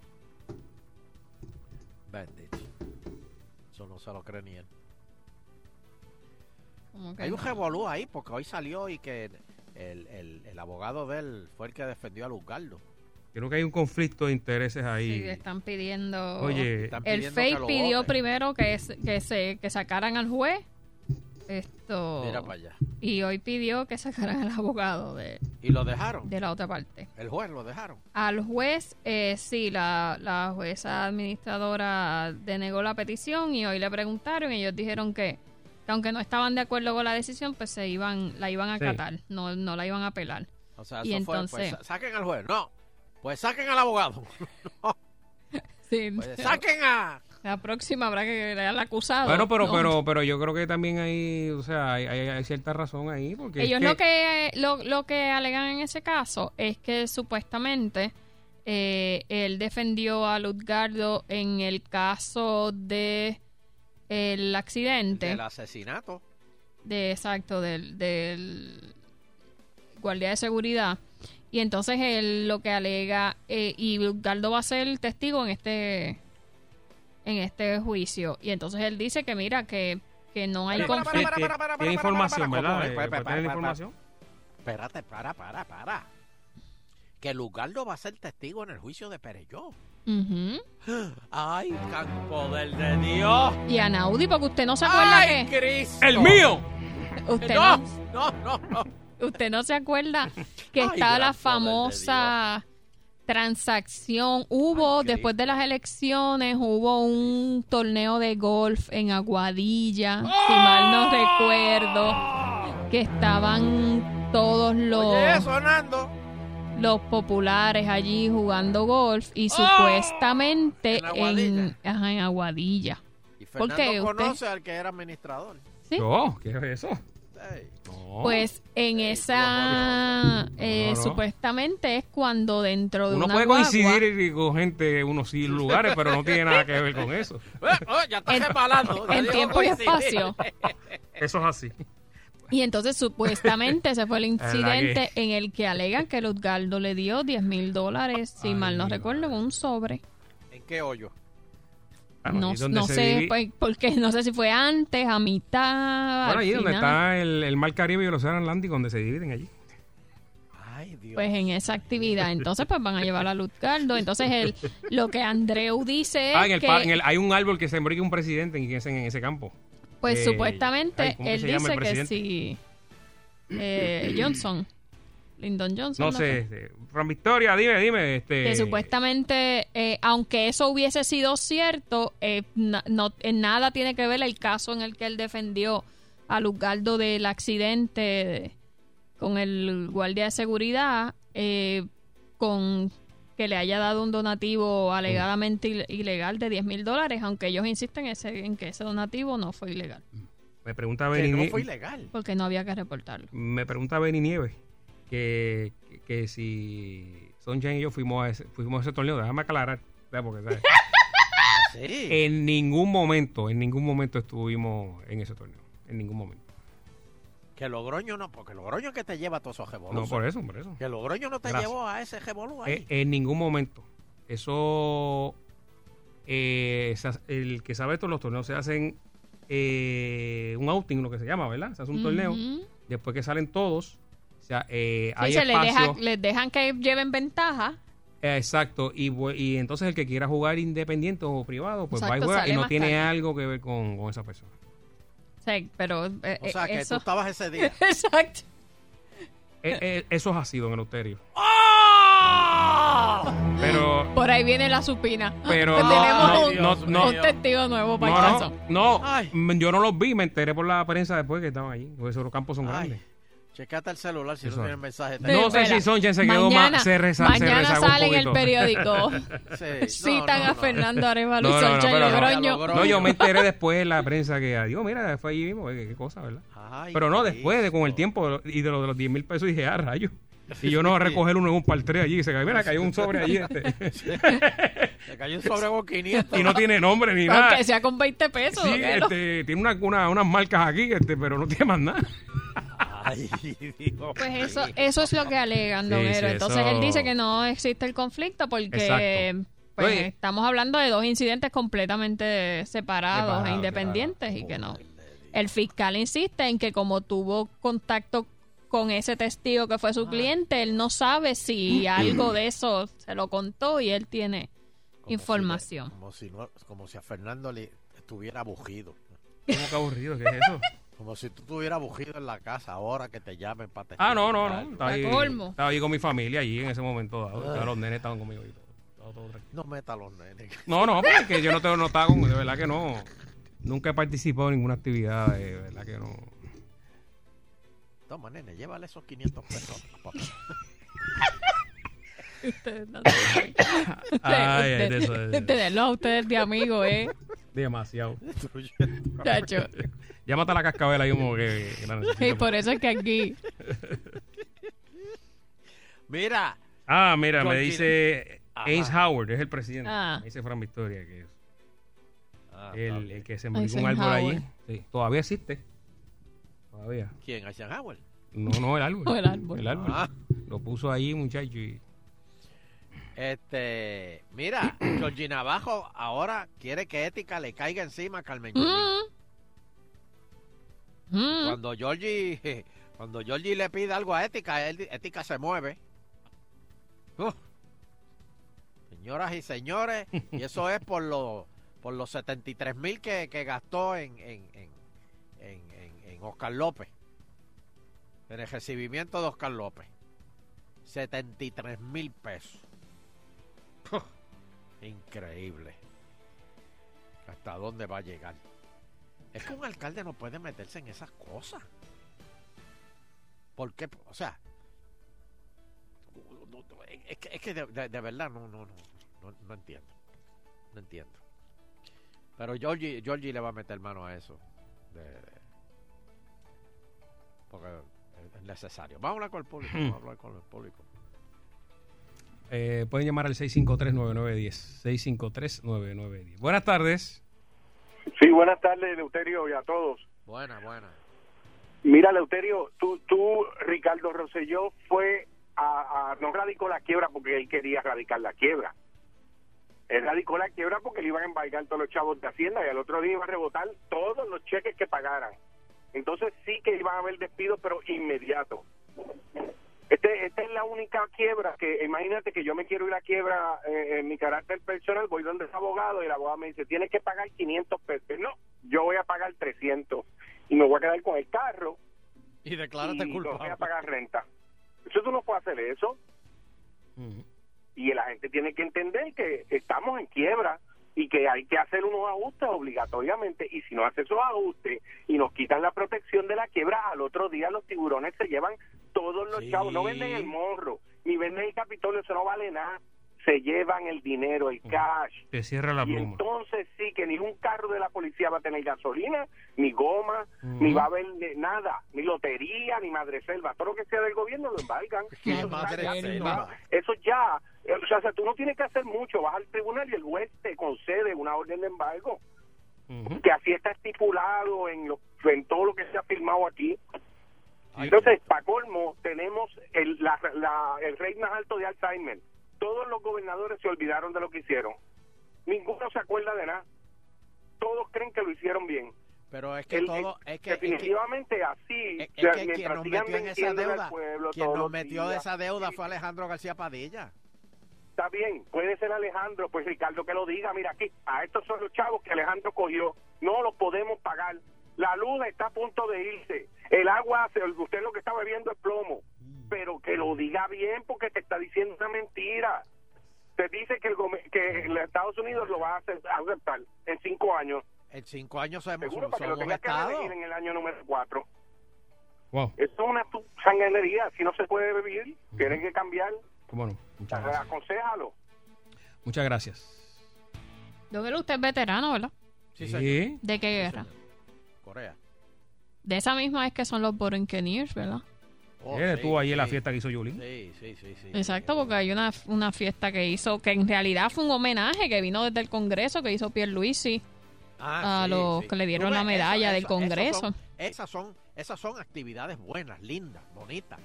bendito. Eso no se lo cree ni él. Como que Hay un no. revolú ahí porque hoy salió y que el, el- el abogado de él fue el que defendió a Luzgardo. Creo que hay un conflicto de intereses ahí. Sí, están pidiendo... Oye, Están El pidiendo que FEI lo pidió voten. primero que, es- que se que sacaran al juez. Esto... Mira pues, para allá. Y hoy pidió que sacaran al abogado de, Y lo dejaron. de la otra parte. El juez lo dejaron. Al juez, eh, sí, la, la jueza administradora denegó la petición y hoy le preguntaron y ellos dijeron que, que aunque no estaban de acuerdo con la decisión, pues se iban, la iban a Sí. acatar, no, no la iban a apelar. O sea, Y eso fue, pues, entonces- sa- saquen al juez. No, pues saquen (laughs) al abogado. Sí, Pues, saquen a... la próxima habrá que crear al acusado. Bueno, pero, No. pero, pero yo creo que también hay, o sea, hay, hay- hay cierta razón ahí. Porque es Ellos lo que lo, lo que alegan en ese caso es que supuestamente eh, él defendió a Lutgardo en el caso de el accidente Del asesinato. de exacto del, del guardia de seguridad y entonces él lo que alega eh, y Galdo va a ser testigo en este en este juicio y entonces él dice que mira que, que no hay Pero, pero, conflicto pero, Para, para, para, para, tiene para, para, información, para, ¿verdad? para, Eh, para, ¿puede para, tener para, información? Espérate, para, para, para. Que Luzgardo va a ser testigo en el juicio de Perelló. Ujú. ¡Ay, can poder de Dios! y a Naudi porque usted no se acuerda ¡Ay, que Cristo! ¡El mío! usted ¡No! no ¡No, no, no! usted no se acuerda que Ay, está gran poder la de famosa transacción. Hubo, Ay, Cristo. después de las elecciones, hubo un torneo de golf en Aguadilla, si mal no ¡Ah! recuerdo, que estaban todos los, Oye, eso, Nando. los populares allí jugando golf y supuestamente ¡Ah! En en Aguadilla. ajá, en Aguadilla. Y ¿Por Fernando qué? ¿Usted? conoce al que era administrador. ¿Sí? Yo, ¿qué es eso? Ey, No. Pues en esa, eh, No, no. supuestamente es cuando dentro de uno una puede guagua- coincidir con gente, unos sí lugares, pero no tiene nada que ver con eso. Eh, oh, ya está En- separando. en Dios, tiempo y coincide. espacio. Eso es así. Y entonces supuestamente ese fue (laughs) el que- incidente en el que alegan que Luzgardo le dio 10 mil dólares, si Ay, mal no madre. recuerdo, en un sobre. ¿En qué hoyo? Claro, no Ah, y donde no se sé, divi- pues, porque no sé si fue antes, a mitad. Bueno, al allí donde final. está el, el Mar Caribe y el Océano Atlántico, donde se dividen allí. Ay, Dios. Pues en esa actividad. Entonces, pues van a llevar a Luzgardo. Entonces, el, lo que Andreu dice es Ah, en el, que, pa- en el- hay un árbol que se embrique un presidente en ese, en ese campo. pues eh, supuestamente, ay, ¿cómo que él se llama dice el que presidente? si eh, Johnson, Lyndon Johnson. No ¿no sé, este, Fran Victoria, dime, dime. Este, que supuestamente, eh, aunque eso hubiese sido cierto, eh, na- no, en nada tiene que ver el caso en el que él defendió a Luzgardo del accidente de- con el guardia de seguridad, eh, con que le haya dado un donativo alegadamente il- ilegal de 10 mil dólares, aunque ellos insisten ese- en que ese donativo no fue ilegal. Pues me pregunta que Benny no Nie- fue ilegal. porque no había que reportarlo. me pregunta Benny Nieves que, que, que si Sunshine y yo fuimos a ese, fuimos a ese torneo, déjame aclarar, ¿sabes? Porque, (laughs) ¿sabes? Sí. en ningún momento, en ningún momento estuvimos en ese torneo, en ningún momento. Que Logroño no, porque Logroño es que te lleva a todos esos No, revoluciones. por eso, por eso. Que Logroño no te Gracias. llevó a ese revolú ahí. Eh, en ningún momento. Eso, eh, se hace- el que sabe esto, los torneos se hacen eh, un outing, lo que se llama, ¿verdad? Se hace un torneo, Ujú. después que salen todos, o sea, eh, Sí, hay se les, deja- espacio. les dejan que lleven ventaja. Eh, Exacto, y, vu- y entonces el que quiera jugar independiente o privado, pues va y Exacto, juega y sale no más tiene tarde. algo que ver con, con esa persona. O sea, pero eh, o sea, eh, que tú eso. estabas (laughs) ese día. Exacto. Eh, (laughs) eh, eso es así, don Eleuterio. Pero, Por ahí viene la supina. pero Que no, ¡Oh! Pues tenemos no, Dios no, un mío. testigo nuevo para el no, caso. no, no, Ay. m- yo no los vi, me enteré por la prensa después que estaban allí, porque esos campos son Ay, grandes. checate el celular si Eso no es. tiene mensaje. Sí, No sé espera. si Sonchen se quedó mañana, más- se reza- se Mañana rezagó un sale en el poquito. (laughs) periódico. Sí, no, Citan no, no. a Fernando Arevalo No, y no, no, Soncha pero no. Logroño. Logroño. No, yo me enteré después en la prensa que, adiós, mira, fue allí mismo, qué, qué cosa, ¿verdad? Ay, Pero no, después de con el Cristo. tiempo y de los, de los 10 mil pesos dije, ah, rayo. Y yo no recoger uno en un par tres allí. Y se cae, mira, cayó un sobre allí. este. Te cayó un sobre con 500. y no tiene nombre ni nada. Aunque sea con 20 pesos. Sí, que lo- este, tiene una, una- unas marcas aquí, este, pero no tiene más nada. Ay, (laughs) Dios Pues eso, mío. eso es lo que alegan, Sí, Don sí, Ero. Entonces eso- él dice que no existe el conflicto porque Exacto. pues, Oye. estamos hablando de dos incidentes completamente separados Separados, e independientes y que no. El fiscal insiste en que como tuvo contacto con ese testigo que fue su cliente, él no sabe Mm. si algo de eso se lo contó y él tiene Como información. si- como, si no- como si a Fernando le estuviera aburrido. ¿Cómo que aburrido? ¿Qué es eso? Como si tú estuvieras aburrido en la casa ahora que te llamen para Ah, no, no, no. Estaba Para ahí, colmo. estaba ahí con mi familia allí en ese momento dado. Todos los nenes estaban conmigo y todo. todo, todo No tranquilo. meta a los nenes. no, no, porque es que yo no tengo no estaba con, de verdad que no. Nunca he participado en ninguna actividad, de verdad que no. Toma, nene, llévale esos 500 pesos. a (laughs) papá. (laughs) Ustedes (laughs) no saben. Ay, ay, de Ustedes- eso, de eso. tenerlos a ustedes de amigos, ¿eh? Demasiado. Destruyendo. (laughs) Tacho. Llámate a la cascabel ahí como que, que la necesito. Y por eso es que aquí Mira, Ah, mira, me Continúa. dice Ajá. Ace Howard, es el presidente. Ah. Me dice Fran Victoria, que es Ah, está el, bien. el que se murió Eisenhower. un árbol allí. Sí, Todavía existe. Todavía. ¿quién? Eisenhower. No, no, el árbol. No, (laughs) el árbol. Ah. Lo puso ahí, muchacho. Y... Este, mira, Georgina Bajo ahora quiere que Ética le caiga encima a Carmen Yulín. Mm. Mm. Cuando Georgie, (laughs) cuando Georgie le pide algo a Ética, él- Ética se mueve. Uf. Señoras y señores, y eso es por los por los 73 mil que, que gastó en, en, en, en- en- en Oscar López. En el recibimiento de Oscar López. 73 mil pesos. Puf. Increíble. ¿Hasta dónde va a llegar? Es que un alcalde no puede meterse en esas cosas. ¿Por qué? O sea, no, no, no, es que, es que de, de- de verdad no, no, no, no, no entiendo. No entiendo. Pero Georgie, Georgie le va a meter mano a eso. de- porque es- es necesario. Vamos a hablar con el público. Vamos a hablar con el público. Eh, pueden llamar al 653-9910. 653-9910. Buenas tardes. Sí, buenas tardes, Leuterio, y a todos. Buena, buena. Mira, Leuterio, tú, tú Ricardo Rosselló, fue a, a- no radicó la quiebra porque él quería radicar la quiebra. Él radicó la quiebra porque le iban a embargar todos los chavos de Hacienda y al otro día iba a rebotar todos los cheques que pagaran. Entonces sí que iban a haber despidos, pero inmediato. Este, esta es la única quiebra que, imagínate que yo me quiero ir a quiebra eh, en mi carácter personal, voy donde el abogado y el abogado me dice, tienes que pagar 500 pesos. No, yo voy a pagar 300 y me voy a quedar con el carro Y declárate y no voy a culpable. pagar renta. Eso tú no puedes hacer eso. Y la gente tiene que entender que estamos en quiebra y que hay que hacer unos ajustes obligatoriamente. Y si no hace esos ajustes y nos quitan la protección de la quiebra, al otro día los tiburones se llevan todos los Sí. chavos. No venden el morro, ni venden el capitolio, eso no vale nada. se llevan el dinero, el cash. Te cierra la Y pluma. entonces sí que ningún carro de la policía va a tener gasolina, ni goma, ni va a haber de- nada, ni lotería, ni madre selva. Todo lo que sea del gobierno lo embargan. ¿Qué Eso está madre ya selva? firmado. Eso ya, eh, o sea, o sea, tú no tienes que hacer mucho. Vas al tribunal y el juez te concede una orden de embargo, Ujú. que así está estipulado en, lo- en todo lo que se ha firmado aquí. Entonces, para colmo, tenemos el, la- la- el rey más alto de Alzheimer. Todos los gobernadores se olvidaron de lo que hicieron. Ninguno se acuerda de nada. Todos creen que lo hicieron bien. Pero es que El- todo. Es que, es que- definitivamente así. es- es o sea, que quien mientras nos sigan metió en esa mintiéndole al deuda. pueblo Quien todos nos los metió de días, esa deuda sí, fue Alejandro García Padilla. Está bien, puede ser Alejandro, pues Ricardo que lo diga. Mira aquí, a estos son los chavos que Alejandro cogió. No los podemos pagar. La luz está a punto de irse. El agua, se- usted lo que está bebiendo es plomo. Mm. Pero que lo diga bien porque te está diciendo una mentira. Te dice que el, gome- que Mm. el Estados Unidos lo va a ace- a aceptar en cinco años. En cinco años somos, Seguro para que lo somos tengas que Estado. elegir en el año número cuatro. Wow. Esto es una tu- sanganería. Si no se puede vivir, tienen que cambiar. Bueno, muchas gracias. Aconsejalo. Muchas gracias. Don Elo, usted es veterano, ¿verdad? Sí, Sí. Eh, señor. ¿De qué Sí, guerra? señor. Corea. De esa misma es que son los Borinqueniers, ¿verdad? Oh, Eh, sí, tú allí en la sí. fiesta que hizo Yulín. Sí, sí, sí. sí Exacto, porque hay una, una fiesta que hizo, que en realidad fue un homenaje que vino desde el Congreso, que hizo Pierluisi. Ah, a los que le dieron Tú la ves, medalla del son- Congreso. esas, son, esas son actividades buenas, lindas, bonitas.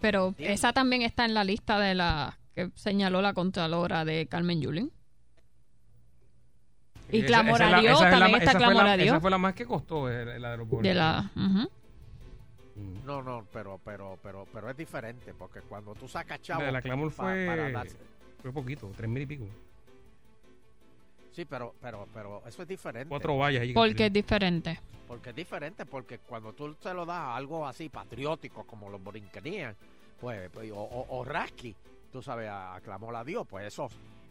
Pero Entiendo. esa también está en la lista de la que señaló la Contralora de Carmen Yulín. Y Esa- Clamor esa es la- a Dios, esa es la también ma- está esa fue Clamor la- a Dios. Esa fue la más que costó, eh, la de los De la, ujú. Mm. No, no, pero, pero, pero, pero es diferente, porque cuando tú sacas chavo. La de la Clamor fue- para darse- Fue poquito, tres mil y pico. sí, pero, pero, pero eso es diferente. Cuatro vallas. ahí que Porque es tiene. diferente. Porque es diferente, porque cuando tú se lo das a algo así patriótico como los borinquenías, pues, pues, o, o, o Rasky, tú sabes, a- aclamó a Dios, pues eso,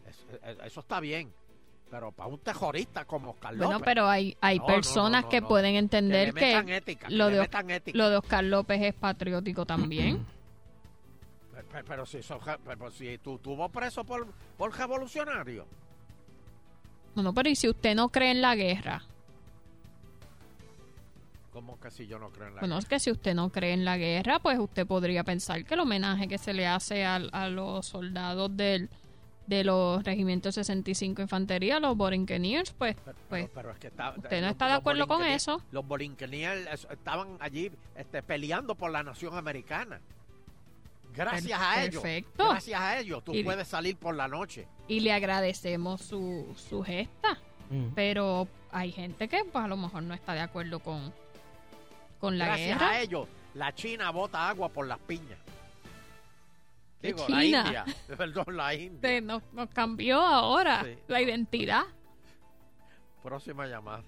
es- es- eso está bien. Pero para un terrorista como Oscar Bueno, López, pero hay, hay No, no, personas no, no, que no. pueden que entender le que, metan ética, lo que le de- metan ética. lo de Oscar López es patriótico también. Pe- pe- Pero, si, eso- pero si tú tuvo preso por, por revolucionario. No, no, pero ¿y si usted no cree en la guerra? ¿Cómo que si yo no creo en la Bueno, es que si usted no cree en la guerra, pues usted podría pensar que el homenaje que se le hace al- a, los soldados del, de los regimientos 65 Infantería, los Borinqueniers, pues, Pero- pero- pues pero es que está- usted no los- está de los acuerdo con borinqueniers- eso. Los borinqueniers es- estaban allí este, peleando por la nación americana. Gracias a Per- ellos. perfecto. Gracias a ellos tú Y- puedes salir por la noche. y le agradecemos su, su gesta. Mm. Pero hay gente que pues, a lo mejor no está de acuerdo con, con la Gracias guerra. a ellos la China bota agua por las piñas. ¿Qué Digo, China? (laughs) la India. (laughs) Perdón, la India. Este, Nos, nos cambió ahora Sí. la identidad. Próxima llamada.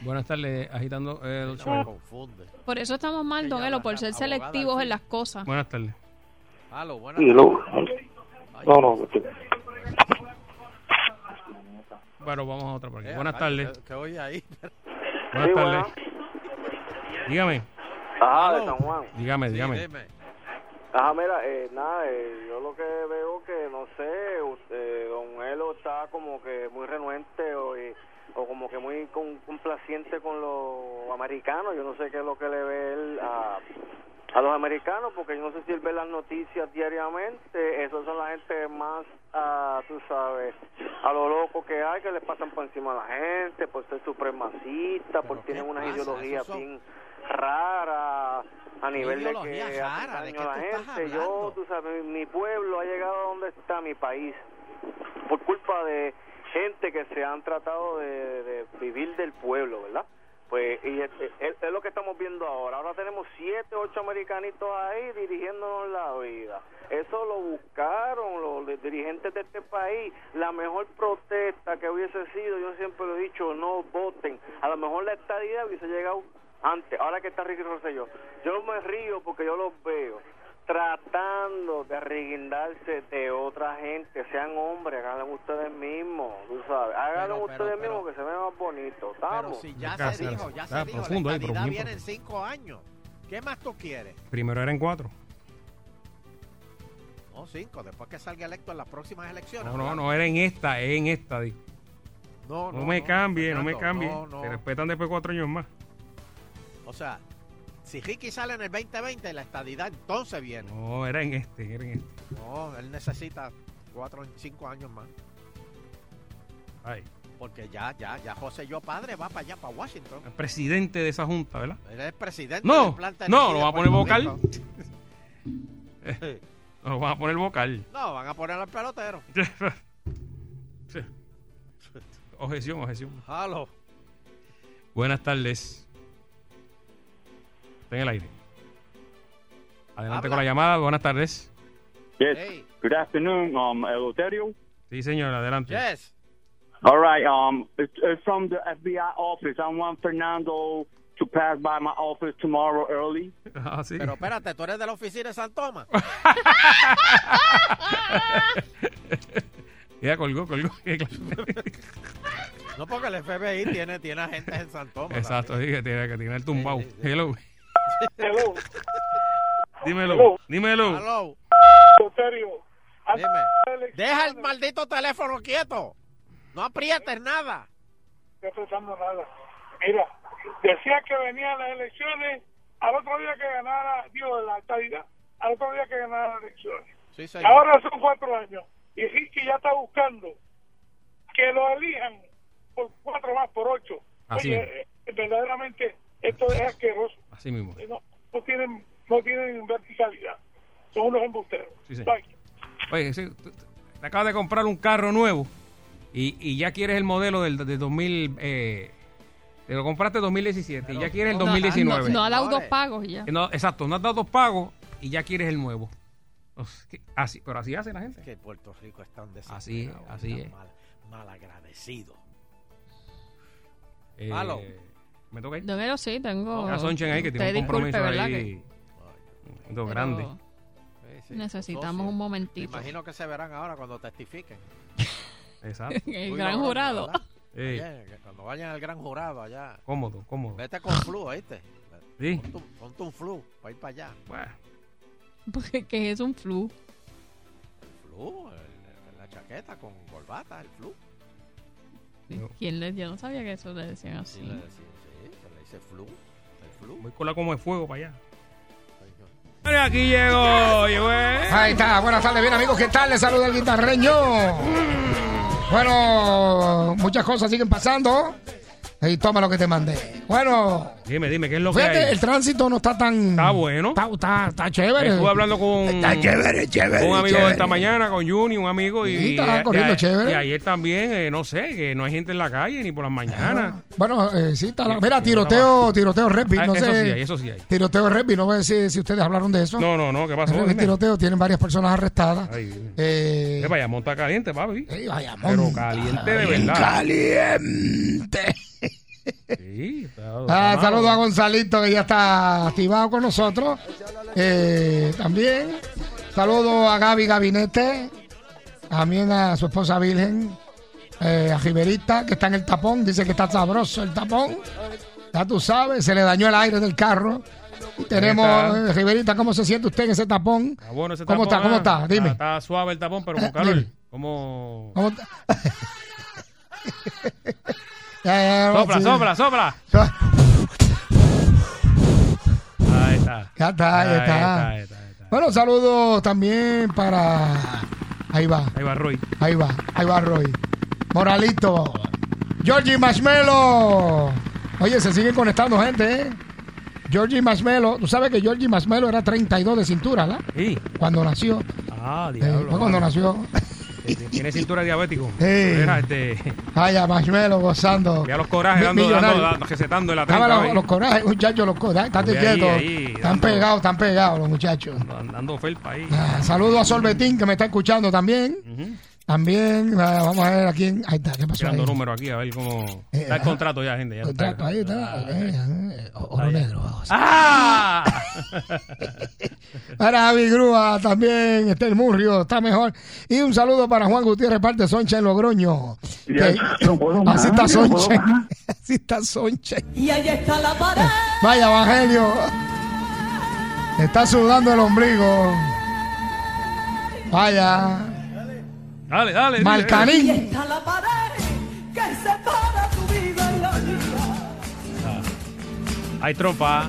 Buenas tardes, agitando eh, el No me show. confunde. Por eso estamos mal, Sí, don ya Elo, la- por la ser abogada selectivos aquí. en las cosas. Buenas tardes. Aló, buenas Y tardes. lo- No, no, Bueno, vamos a otra por aquí. Eh, Buenas ay, tardes. que- Que oye ahí. Buenas tardes. Dígame, Ajá, de San Ah, Juan. dígame, Sí, dígame. dime. Ajá, mira, eh, nada, eh, yo lo que veo que, no sé, usted, don Elo está como que muy renuente o, eh, o como que muy con- complaciente con los americanos. Yo no sé qué es lo que le ve él a, a los americanos, porque yo no sé si él ve las noticias diariamente. Esos son la gente más, ah, tú sabes, a lo loco que hay, que le pasan por encima a la gente, por ser supremacista, ¿Pero porque qué tienen unas pasa? ideologías Esos son- bien raras. A ¿Qué nivel de que ideología hace rara? ¿De daño qué a la tú estás gente. hablando? Yo, tú sabes, mi, mi pueblo ha llegado a donde está mi país por culpa de gente que se han tratado de, de vivir del pueblo, ¿verdad? Pues y es, es- es lo que estamos viendo ahora. Ahora tenemos siete, ocho americanitos ahí dirigiéndonos la vida. Eso lo buscaron los li- dirigentes de este país. La mejor protesta que hubiese sido, yo siempre lo he dicho, no voten. A lo mejor la estadía hubiese llegado antes. Ahora que está Ricky Rosselló, yo me río porque yo los veo tratando de arreguindarse de otra gente, sean hombres, hagan ustedes mismos, tú sabes, Pero, háganlo pero, ustedes pero- mismos que se vean más bonitos, Pero vamos. si ya Gracias, se dijo, gracias. ya Ah, se dijo, profundo la ahí, pero estabilidad bien viene en profundo. cinco años. ¿Qué más tú quieres? Primero eran cuatro. No, cinco, después que salga electo en las próximas elecciones. No, no, no, era en esta, es en esta. di. No, No me cambie, no me Fernando, cambie. no, Te no. respetan después cuatro años más. O sea, si Ricky sale en el 2020, la estadidad entonces viene. No, era en este, era en este. No, él necesita cuatro, cinco años más. Ay, Porque ya, ya, ya José Yo Padre va para allá, para Washington. el presidente de esa junta, ¿verdad? Él es presidente No, del planta de no, energía lo va a de poner vocal. (laughs) Puerto Rico. Nos van a poner vocal. (laughs) No, van a poner al pelotero. Objeción, objeción. Halo. Buenas tardes. Está en el aire. Adelante Habla. con la llamada. Buenas tardes. Yes. Hey, Good afternoon, um, Eleuterio. Sí, señor, adelante. yes. All right. Um, it's, it's from the FBI office. I want Fernando to pass by my office tomorrow early. (laughs) Ah, sí. Pero espérate, tú eres de la oficina de San Tomás. Ya colgó, (laughs) colgó. Qué clase. No, porque el FBI tiene, tiene agentes en San Tomás. Exacto, sí, que tiene que tiene el tumbao. Sí, sí, sí. (laughs) Hello. Hello, Dímelo, dímelo. Halo, Eleuterio. Antes dime. de la elección, Deja el maldito teléfono quieto. No aprietes nada. No estoy pensando nada. Mira, decía que venían las elecciones al otro día que ganara, digo, la estadidad, al otro día que ganara las elecciones. Sí, señor. Ahora son cuatro años y Ricky ya está buscando que lo elijan por cuatro más, por ocho. Así Oye, eh, verdaderamente esto es asqueroso. Eh, Así mismo. No, no tienen, no tienen verticalidad. Son unos embusteros. Sí, señor. Bye. Oye, sí, tú- tú- te acabas de comprar un carro nuevo y, y ya quieres el modelo del de 2000. Eh, te lo compraste 2017 y ya quieres el No, 2019. No, no ha dado dos Señores. pagos y ya. Eh, No, exacto, no has dado dos pagos y ya quieres el nuevo. Uf, que- Así, pero así hace la gente. que Puerto Rico es tan Así es, desesperado, así tan es. Mal, agradecido. Eh, Aló. Me toca ir. Donero, sí, tengo. a Sonchen ahí que tiene Usted un compromiso disculpe, ¿verdad? ahí. Que- Un pero dos grande. Necesitamos un Me momentito. imagino que se verán ahora cuando testifiquen. (laughs) Exacto. (laughs) El Uy, gran no, jurado. ¿verdad? Eh, Oye, cuando vayan al gran jurado allá, cómodo, cómodo. vete con flu, ¿oíste? Sí. Ponte un- Ponte un flu para ir para allá. Bueno, (laughs) Porque que es un flu. Flu, el- el- la chaqueta con corbata, el flu. No. ¿Quién le- Yo no sabía que eso le decían Sí, así. le decían, sí, se le dice flu. El flu. voy con la como de fuego para allá. señor. Bueno, Aquí llegó, llegó. eh. Ahí está, buenas tardes, bien amigos, ¿qué tal? Les saluda el guitarreño. Bueno, muchas cosas siguen pasando. Y toma lo que te mandé. Bueno, Dime, dime, ¿qué es lo que fíjate, hay? el tránsito no está tan. Está bueno. Está, está- está chévere. Estuve hablando con Está chévere, chévere. un amigo chévere. esta mañana, con Juni, un amigo. Y, Sí, estaba corriendo y- chévere. y ayer también, eh, no sé, que no hay gente en la calle ni por las mañanas. Bueno, eh, sí, está la- Mira, Sí, tiroteo, tiroteo rugby, Ah, no eso sé. sí hay, eso sí hay. Tiroteo rugby, no sé si ustedes hablaron de eso. No, no, no, ¿qué pasó? El Dime. tiroteo, tienen varias personas arrestadas. Ay, Dios. Eh, Eh, Bayamón está caliente, papi. eh, Bayamón. Pero caliente de verdad. Caliente. Sí, está- está Ah, malo. saludo a Gonzalito que ya está activado con nosotros. Eh, también. Saludo a Gaby Gabinete. También a su esposa Virgen. eh, a Riverita, que está en el tapón. Dice que está sabroso el tapón. Ya tú sabes, se le dañó el aire del carro. Y tenemos, está. eh, Riverita, ¿cómo se siente usted en ese tapón? Está bueno ese ¿Cómo tapón, está? ¿Cómo ah. está? Dime. Está, está suave el tapón, pero Eh, con calor. dime. ¿Cómo? (laughs) ¿Cómo está? (laughs) Ya, ya, ya, Sopla, sí. sopla, sopla. Ahí está. Ya está, Ahí ya está. ahí está, ahí está. Bueno, saludos también para. Ahí va, Ahí va Roy. ahí va, ahí va Roy. Moralito. Georgie Marshmello. Oye, se siguen conectando gente, ¿eh? Georgie Marshmello. Tú sabes que Georgie Marshmello era 32 de cintura, ¿verdad? Sí. Cuando nació. Ah, Eh, diablo. fue cuando mano. nació. Este, Tiene cintura de diabético. Sí. Mira, este, Ay, a Marshmello gozando. ya los corajes Mi- dando, dando, millonario. dando, recetando en la Dame trompa, los, ahí. los corajes, muchachos, los corajes. Están Ahí, quietos. ahí, Están dando- pegados, están pegados los muchachos. Dando- Dando felpa ahí. Ah, Saludos a Sorbetín que me está escuchando también. Ujú. También, ah, vamos a ver aquí. Ahí está, ¿qué pasó? Tirando ahí? números aquí, a ver cómo. Eh, Está el ah, contrato ya, gente. Ya está. Contrato, ahí está. eh, eh, Oro negro. vamos. ¡Ah! (laughs) Para Avi Grúa también, está el Murrio, está mejor. Y un saludo para Juan Gutiérrez, parte Soncha en Logroño. Que- así Ah, está Soncha. (laughs) Así está Soncha. Y ahí está la pared. Vaya, Evangelio. Está sudando el ombligo. Vaya. Dale, dale. dile. Marcanín. Está la pared que separa tu vida y la mía. Hay tropa.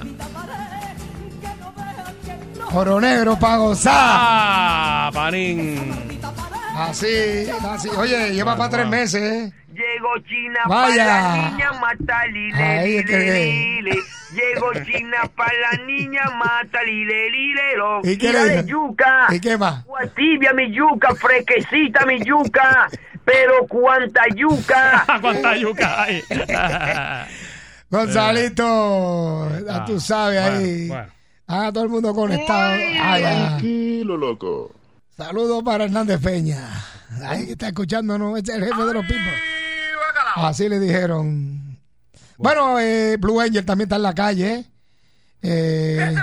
Oro negro para gozar. ¡Ah! Panín. Así, así. Oye, lleva para tres meses, ¿eh? Llegó China Vaya. este para la niña mata lile, Ahí es que- lile, lile. Llegó China para la niña mata lile, lile, lo. ¿Y qué le Tira de dijo? yuca. ¿Y qué Eh, más? Agua tibia mi yuca, fresquecita mi yuca, pero cuánta yuca. Ah, cuánta yuca hay. (laughs) Gonzalito, ya tú sabes ahí. Ah, bueno. Ah, todo el mundo conectado. Ah, ya. Tranquilo, loco. Saludos para Hernández Peña. Ahí que está escuchándonos, es el jefe de los pipos. Así le dijeron. Bueno, eh, Blue Angel también está en la calle. ¿eh? Eh,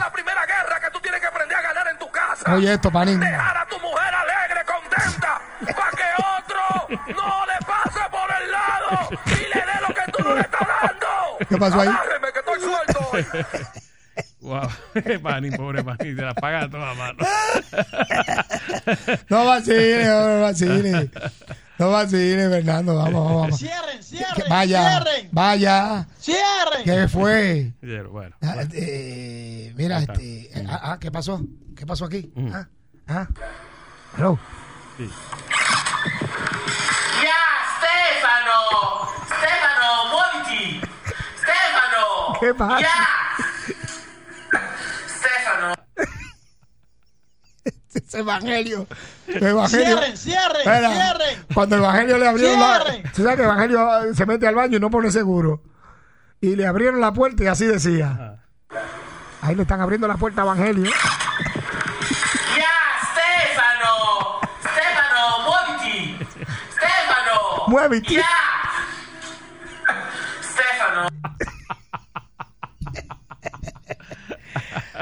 Oye, esto, Panín. ¿Qué pasó ahí? Wow, (laughs) Panín, pobre Panín, te la paga toda mano. No vacile, no, no vacile. No vacile, Fernando. Vamos, vamos, vamos. Cierren, Que- que vaya, vaya. Cierren. ¿Qué fue? Pero bueno. Ah, eh, mira, Ahí está. este, eh, ah, ah, ¿qué pasó? ¿Qué pasó aquí? Ah, ah. Hello. Ya, Stefano. Stefano, Monti. Stefano. ¿Qué pasa? Stefano. Ese este, Evangelio. Evangelio. Cierren, cierren, Espera, cierren. Cuando Evangelio le abrió Cierren. la. Tú sabes que Evangelio ah, se mete al baño y no pone seguro. Y le abrieron la puerta y así decía. Ahí le están abriendo la puerta a Evangelio. Ya, Stefano. Stefano, Monti. Stefano. Muévete. Ya. Stefano.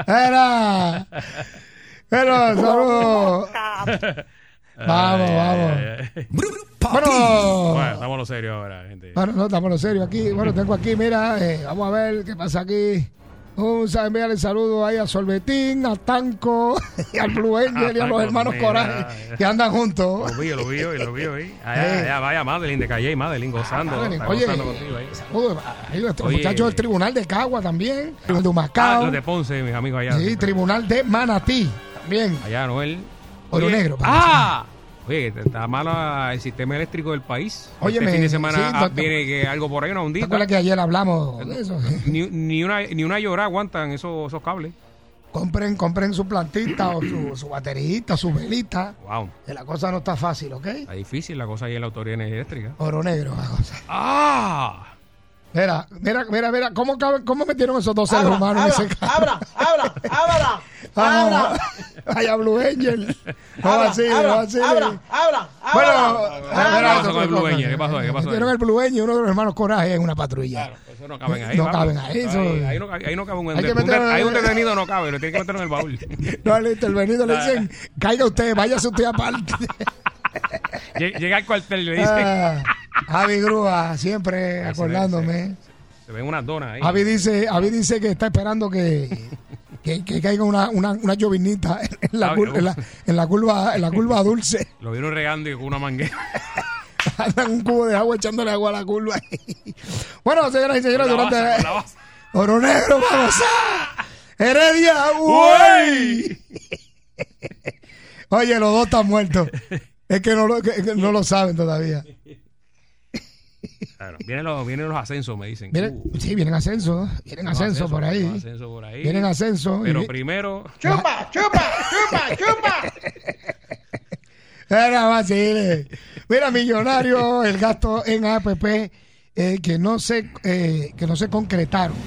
Era. Pero, saludos. Vamos, vamos. Bueno, Bueno, estamos lo serio ahora, gente. bueno, no estamos en serio aquí. Bueno, tengo aquí, mira, eh, vamos a ver qué pasa aquí. Un sa- envíale saludo ahí a Sorbetín, a Tanco, (laughs) y al Blue Angel y a Tanco, los hermanos mira. Coraje que andan juntos. Lo vi, lo vi, hoy, lo vi hoy. Allá, allá, vaya Madeline de Calle, Madeline gozando. Madeline, está oye, gozando contigo ahí. Saludos, ahí los Oye. muchachos del Tribunal de Cagua también, el de Ah, Humacao, los de Ponce, mis amigos allá. sí, Tribunal de Manatí también. Allá, Noel. Oro Oye, negro. para ¡Ah! Oye, que está malo el sistema eléctrico del país. Óyeme, este fin de semana sí, ah, no- viene que algo por ahí, una ¿Te ondita. acuerdas que ayer hablamos de eso? (laughs) Ni, ni una, ni una llorada aguantan esos, esos cables. Compren, compren su plantita o su, su baterita, su velita. Wow. Que la cosa no está fácil, ¿ok? Está difícil la cosa ahí en la autoridad eléctrica. Oro negro, la cosa. ¡Ah! Mira, mira, mira, mira, ¿cómo, cabe- cómo metieron esos dos seres humanos en ese carro? Abra, abra, abra. (laughs) Ah, Vaya Blue Angel. No vaciles, no Abra, vaciles. abra, abra. Bueno, ¿Qué ah, mira, pasó esto, con el esto, Blue esto, Angel? ¿Qué pasó ahí? ¿Qué pasó ahí? Metieron el Blue Angel y uno de los hermanos Coraje en una patrulla. pues Eso no caben ahí. No papi. caben ahí, eso- Ahí no, ca- ahí no cabe un, Hay que un de- meterlo en- hay un detenido, no cabe, lo tiene que meter en el (laughs) baúl. No, al intervenido le dicen, caiga usted, váyase (laughs) usted aparte. Lle- Llega al cuartel y le dice, Ah, Javi Grúa, siempre Ahí se ve, acordándome. se ven unas donas ahí. Avi dice, Avi dice que está esperando que, que, que caiga una, una, una llovinita en la, cur- en, la, en la curva, en la curva dulce. (laughs) Lo vieron regando y con una manguera. Andan un cubo de agua echándole agua a la curva. bueno, señoras y señores, Con (laughs) la durante basa, con la basa. Oro Negro, vamos a Heredia, güey. Oye, los dos están muertos. Es que no lo, que- que no lo saben todavía. Claro, vienen, los, vienen los ascensos, me dicen. Vienen, Uh, sí, vienen ascenso, vienen unos ascenso por ascensos, ahí. unos ascensos por ahí. Vienen ascenso. Pero y- primero, Chupa, chupa, chupa, chupa. Era vacile. Mira, millonario, el gasto en APP eh, que, no se, eh, que no se concretaron.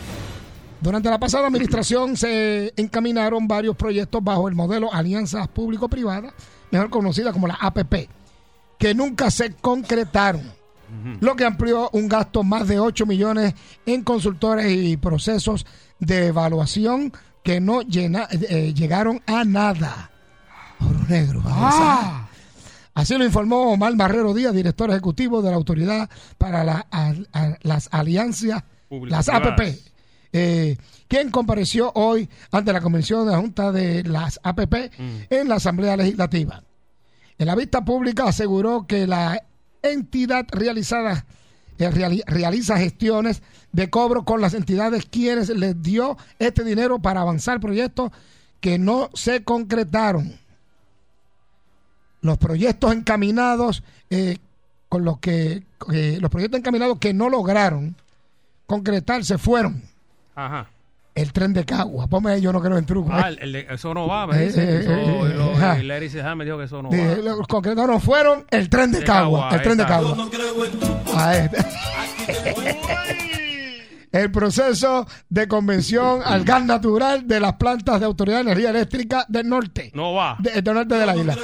Durante la pasada administración se encaminaron varios proyectos bajo el modelo Alianzas Público-Privadas, mejor conocida como la APP, que nunca se concretaron, lo que amplió un gasto más de 8 millones en consultores y procesos de evaluación que no llena- eh, llegaron a nada. Oro negro. vamos a- Así lo informó Omar Barrero Díaz, director ejecutivo de la Autoridad para la- a- a- las Alianzas, Públicas. las APP, eh, quien compareció hoy ante la Comisión de la Junta de las APP en la Asamblea Legislativa. En la vista pública aseguró que la entidad realizada eh, reali- realiza gestiones de cobro con las entidades quienes les dio este dinero para avanzar proyectos que no se concretaron. Los proyectos encaminados eh, con los que eh, los proyectos encaminados que no lograron concretarse fueron Ajá. el tren de Cagua. Ponme ahí, yo no creo en truco. Ah, el- el de- eso no va, me Eh, dice. eh, Eso- eh, eh, lo- ajá. el Larry Sejá me dijo que eso no Eh, va. los concretados fueron el tren de, De Cagua, Cagua, El tren de exacto. Cagua. Yo no Ahí está. El proceso de Mm. convención al gas natural de las plantas de Autoridad de Energía Eléctrica del Norte. No va. de- del norte de la isla.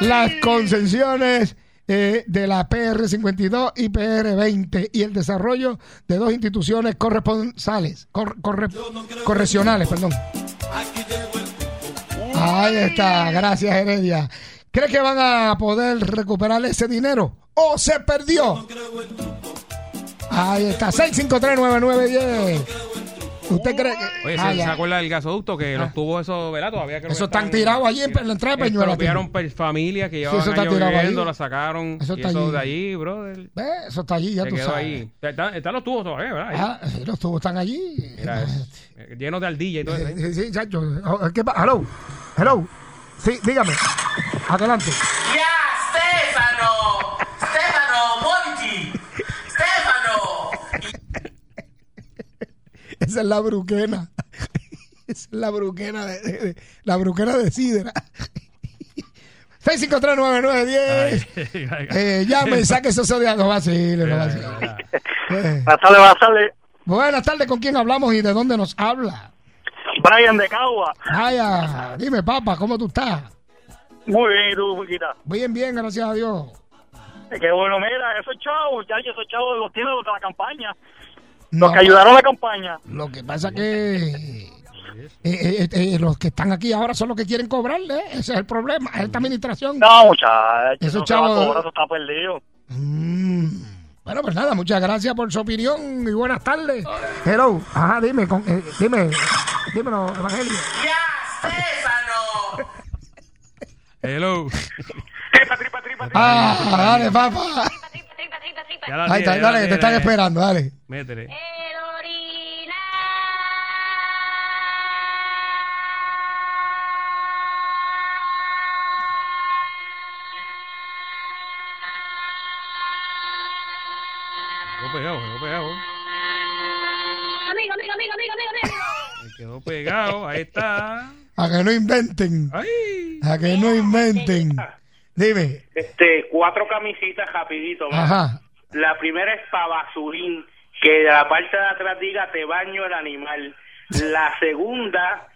Las concesiones eh, de la PR52 y PR20 y el desarrollo de dos instituciones corresponsales, cor- corre- correccionales, perdón. Ahí está, gracias Heredia. ¿Crees que van a poder recuperar ese dinero? ¿O se perdió? Ahí está, 6539910. ¿Usted cree que.? Oye, Ah, ¿se, ya. Ah. se acuerda del gasoducto que los tubos esos, ¿verdad? Todavía creo que Eso están tirados allí en la entrada de Peñuela. Expropiaron per familia que llevaban eso está años tirado ahí. viviendo, la sacaron. Eso y está eso allí. de ahí, brother. Ve, Eso está allí, ya se tú quedó sabes. ahí. Están, están los tubos todavía, ¿verdad? Ahí. Ah, sí, los tubos están allí. eh, Mira, (laughs) es- eh, llenos de ardilla y todo eso. Sí, sí, chacho. Oh, ¿Qué pasa? Hello. Hello. Sí, dígame. Adelante. Ya, Stefano. Stefano Monti. Stefano. (laughs) Esa es la bruquena. (laughs) Esa es la bruquena de, de- de- la bruquena de Sidra. (laughs) (laughs) 6539910. Eh, llame y saque esos zodiacos. No vacile, no vacile. Eh, Basale, basale. Buenas tardes, ¿con quién hablamos y de dónde nos habla? Brian de Cagua. Ay, ah, dime, papá, ¿cómo tú estás? Muy bien, ¿y tú, Fuquita? Bien, bien, gracias a Dios. Qué bueno, mira, esos chavos, ya esos chavos los tienen los de la campaña. No, Los que ayudaron a la campaña. Lo que pasa que eh, eh, eh, los que están aquí ahora son los que quieren cobrarle, ¿eh? ese es el problema, esta administración. No, muchachos. Esos no se va a chavos- cobrar, eso está perdido. Mm. Bueno, pues nada, muchas gracias por su opinión y buenas tardes. Hello, ajá, dime, con- eh, dime, dímelo, Evangelio. (laughs) Hello. Ah, dale, papá. Ya la Ahí está, tiene, ya la dale, tiene. que te están esperando, dale. Métele. Quedó pegado, quedó pegado. Amigo, amigo, amigo, amigo, amigo. Quedó pegado, ahí está. A que no inventen. A que no inventen. Dime. Este, cuatro camisitas rapidito. va. Ajá. La primera es para basurín, que de la parte de atrás diga te baño el animal. La segunda,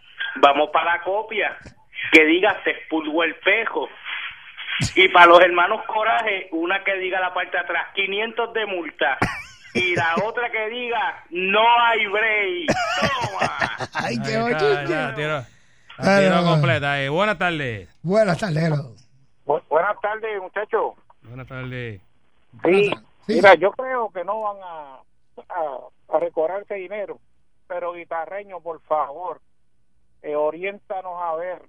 vamos para la copia, que diga te expulgó el pejo. Y para los hermanos coraje, una que diga la parte de atrás 500 de multa. Y la otra que diga no hay break. Ay, Ahí qué está, bochinche. Ah. La tiró, la Ay, tiró no, no. completa. eh. Buenas tardes. Buenas tardes, hello. Buenas tardes, muchachos. Buenas tardes. Sí, mira, yo creo que no van a, a, a recobrar ese dinero, pero guitarreño, por favor, eh, oriéntanos a ver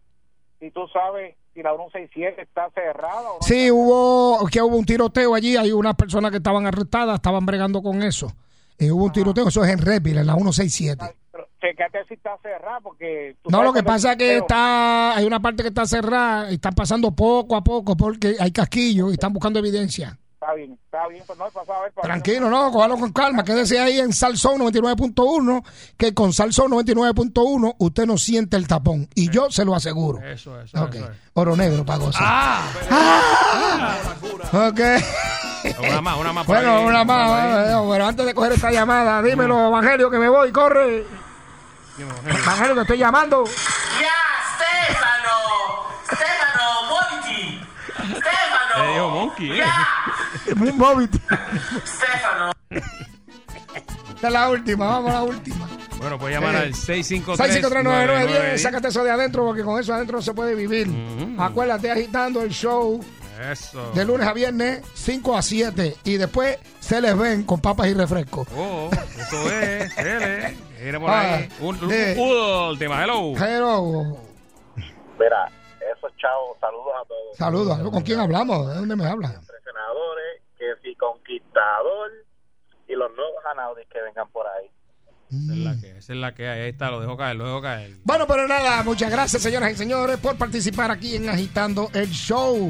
si tú sabes si la 167 está cerrada o no. Sí, hubo, que hubo un tiroteo allí, hay unas personas que estaban arrestadas, estaban bregando con eso. Eh, hubo un tiroteo, eso es en Redville, en la 167. Pero Checate si está cerrada, porque... tú No, sabes lo que cuando pasa es que tiroteo- está, hay una parte que está cerrada, y están pasando poco a poco porque hay casquillos y están buscando evidencia. Está bien, está bien, pero no he pasado a ver... pues, para- Tranquilo, no, cójalo con calma. Quédese ahí en Salsón 99.1, que con Salsón 99.1 usted no siente el tapón. Y yo se lo aseguro. Eso, Eh, eso. Ok, oro negro para gozar. Ah. Ok. Una más, una más. por Bueno, ahí. una más, eh, pero antes de coger esta llamada, dímelo, Evangelio, que me voy, corre. Evangelio, que estoy llamando. Ya, Stefano. Stefano Monti. Stefano. Le dijo (laughs) Monkey, eh. Un móvil. Stefano. Esta es la última, vamos a la última. Bueno, puede llamar Sí. al 6539910, 653 sácate eso de adentro, porque con eso adentro no se puede vivir. Acuérdate, agitando el show Eso. de lunes a viernes, 5 a 7. Y después se les ven con papas y refresco. Oh, eso es. L. ¿eh? Mira por Ah, ahí. Un, un, de- un última. Hello. Pero. Mira, esos chavos, saludos a todos. Saludos. ¿Con quién hablamos? ¿De dónde me hablas? Entre senadores, que si conquistador y los nuevos anaudis que vengan por ahí. Esa es la que, esa es la que hay. Ahí está, lo dejo caer, lo dejo caer. Bueno, pero nada, muchas gracias, señoras y señores, por participar aquí en Agitando el Show.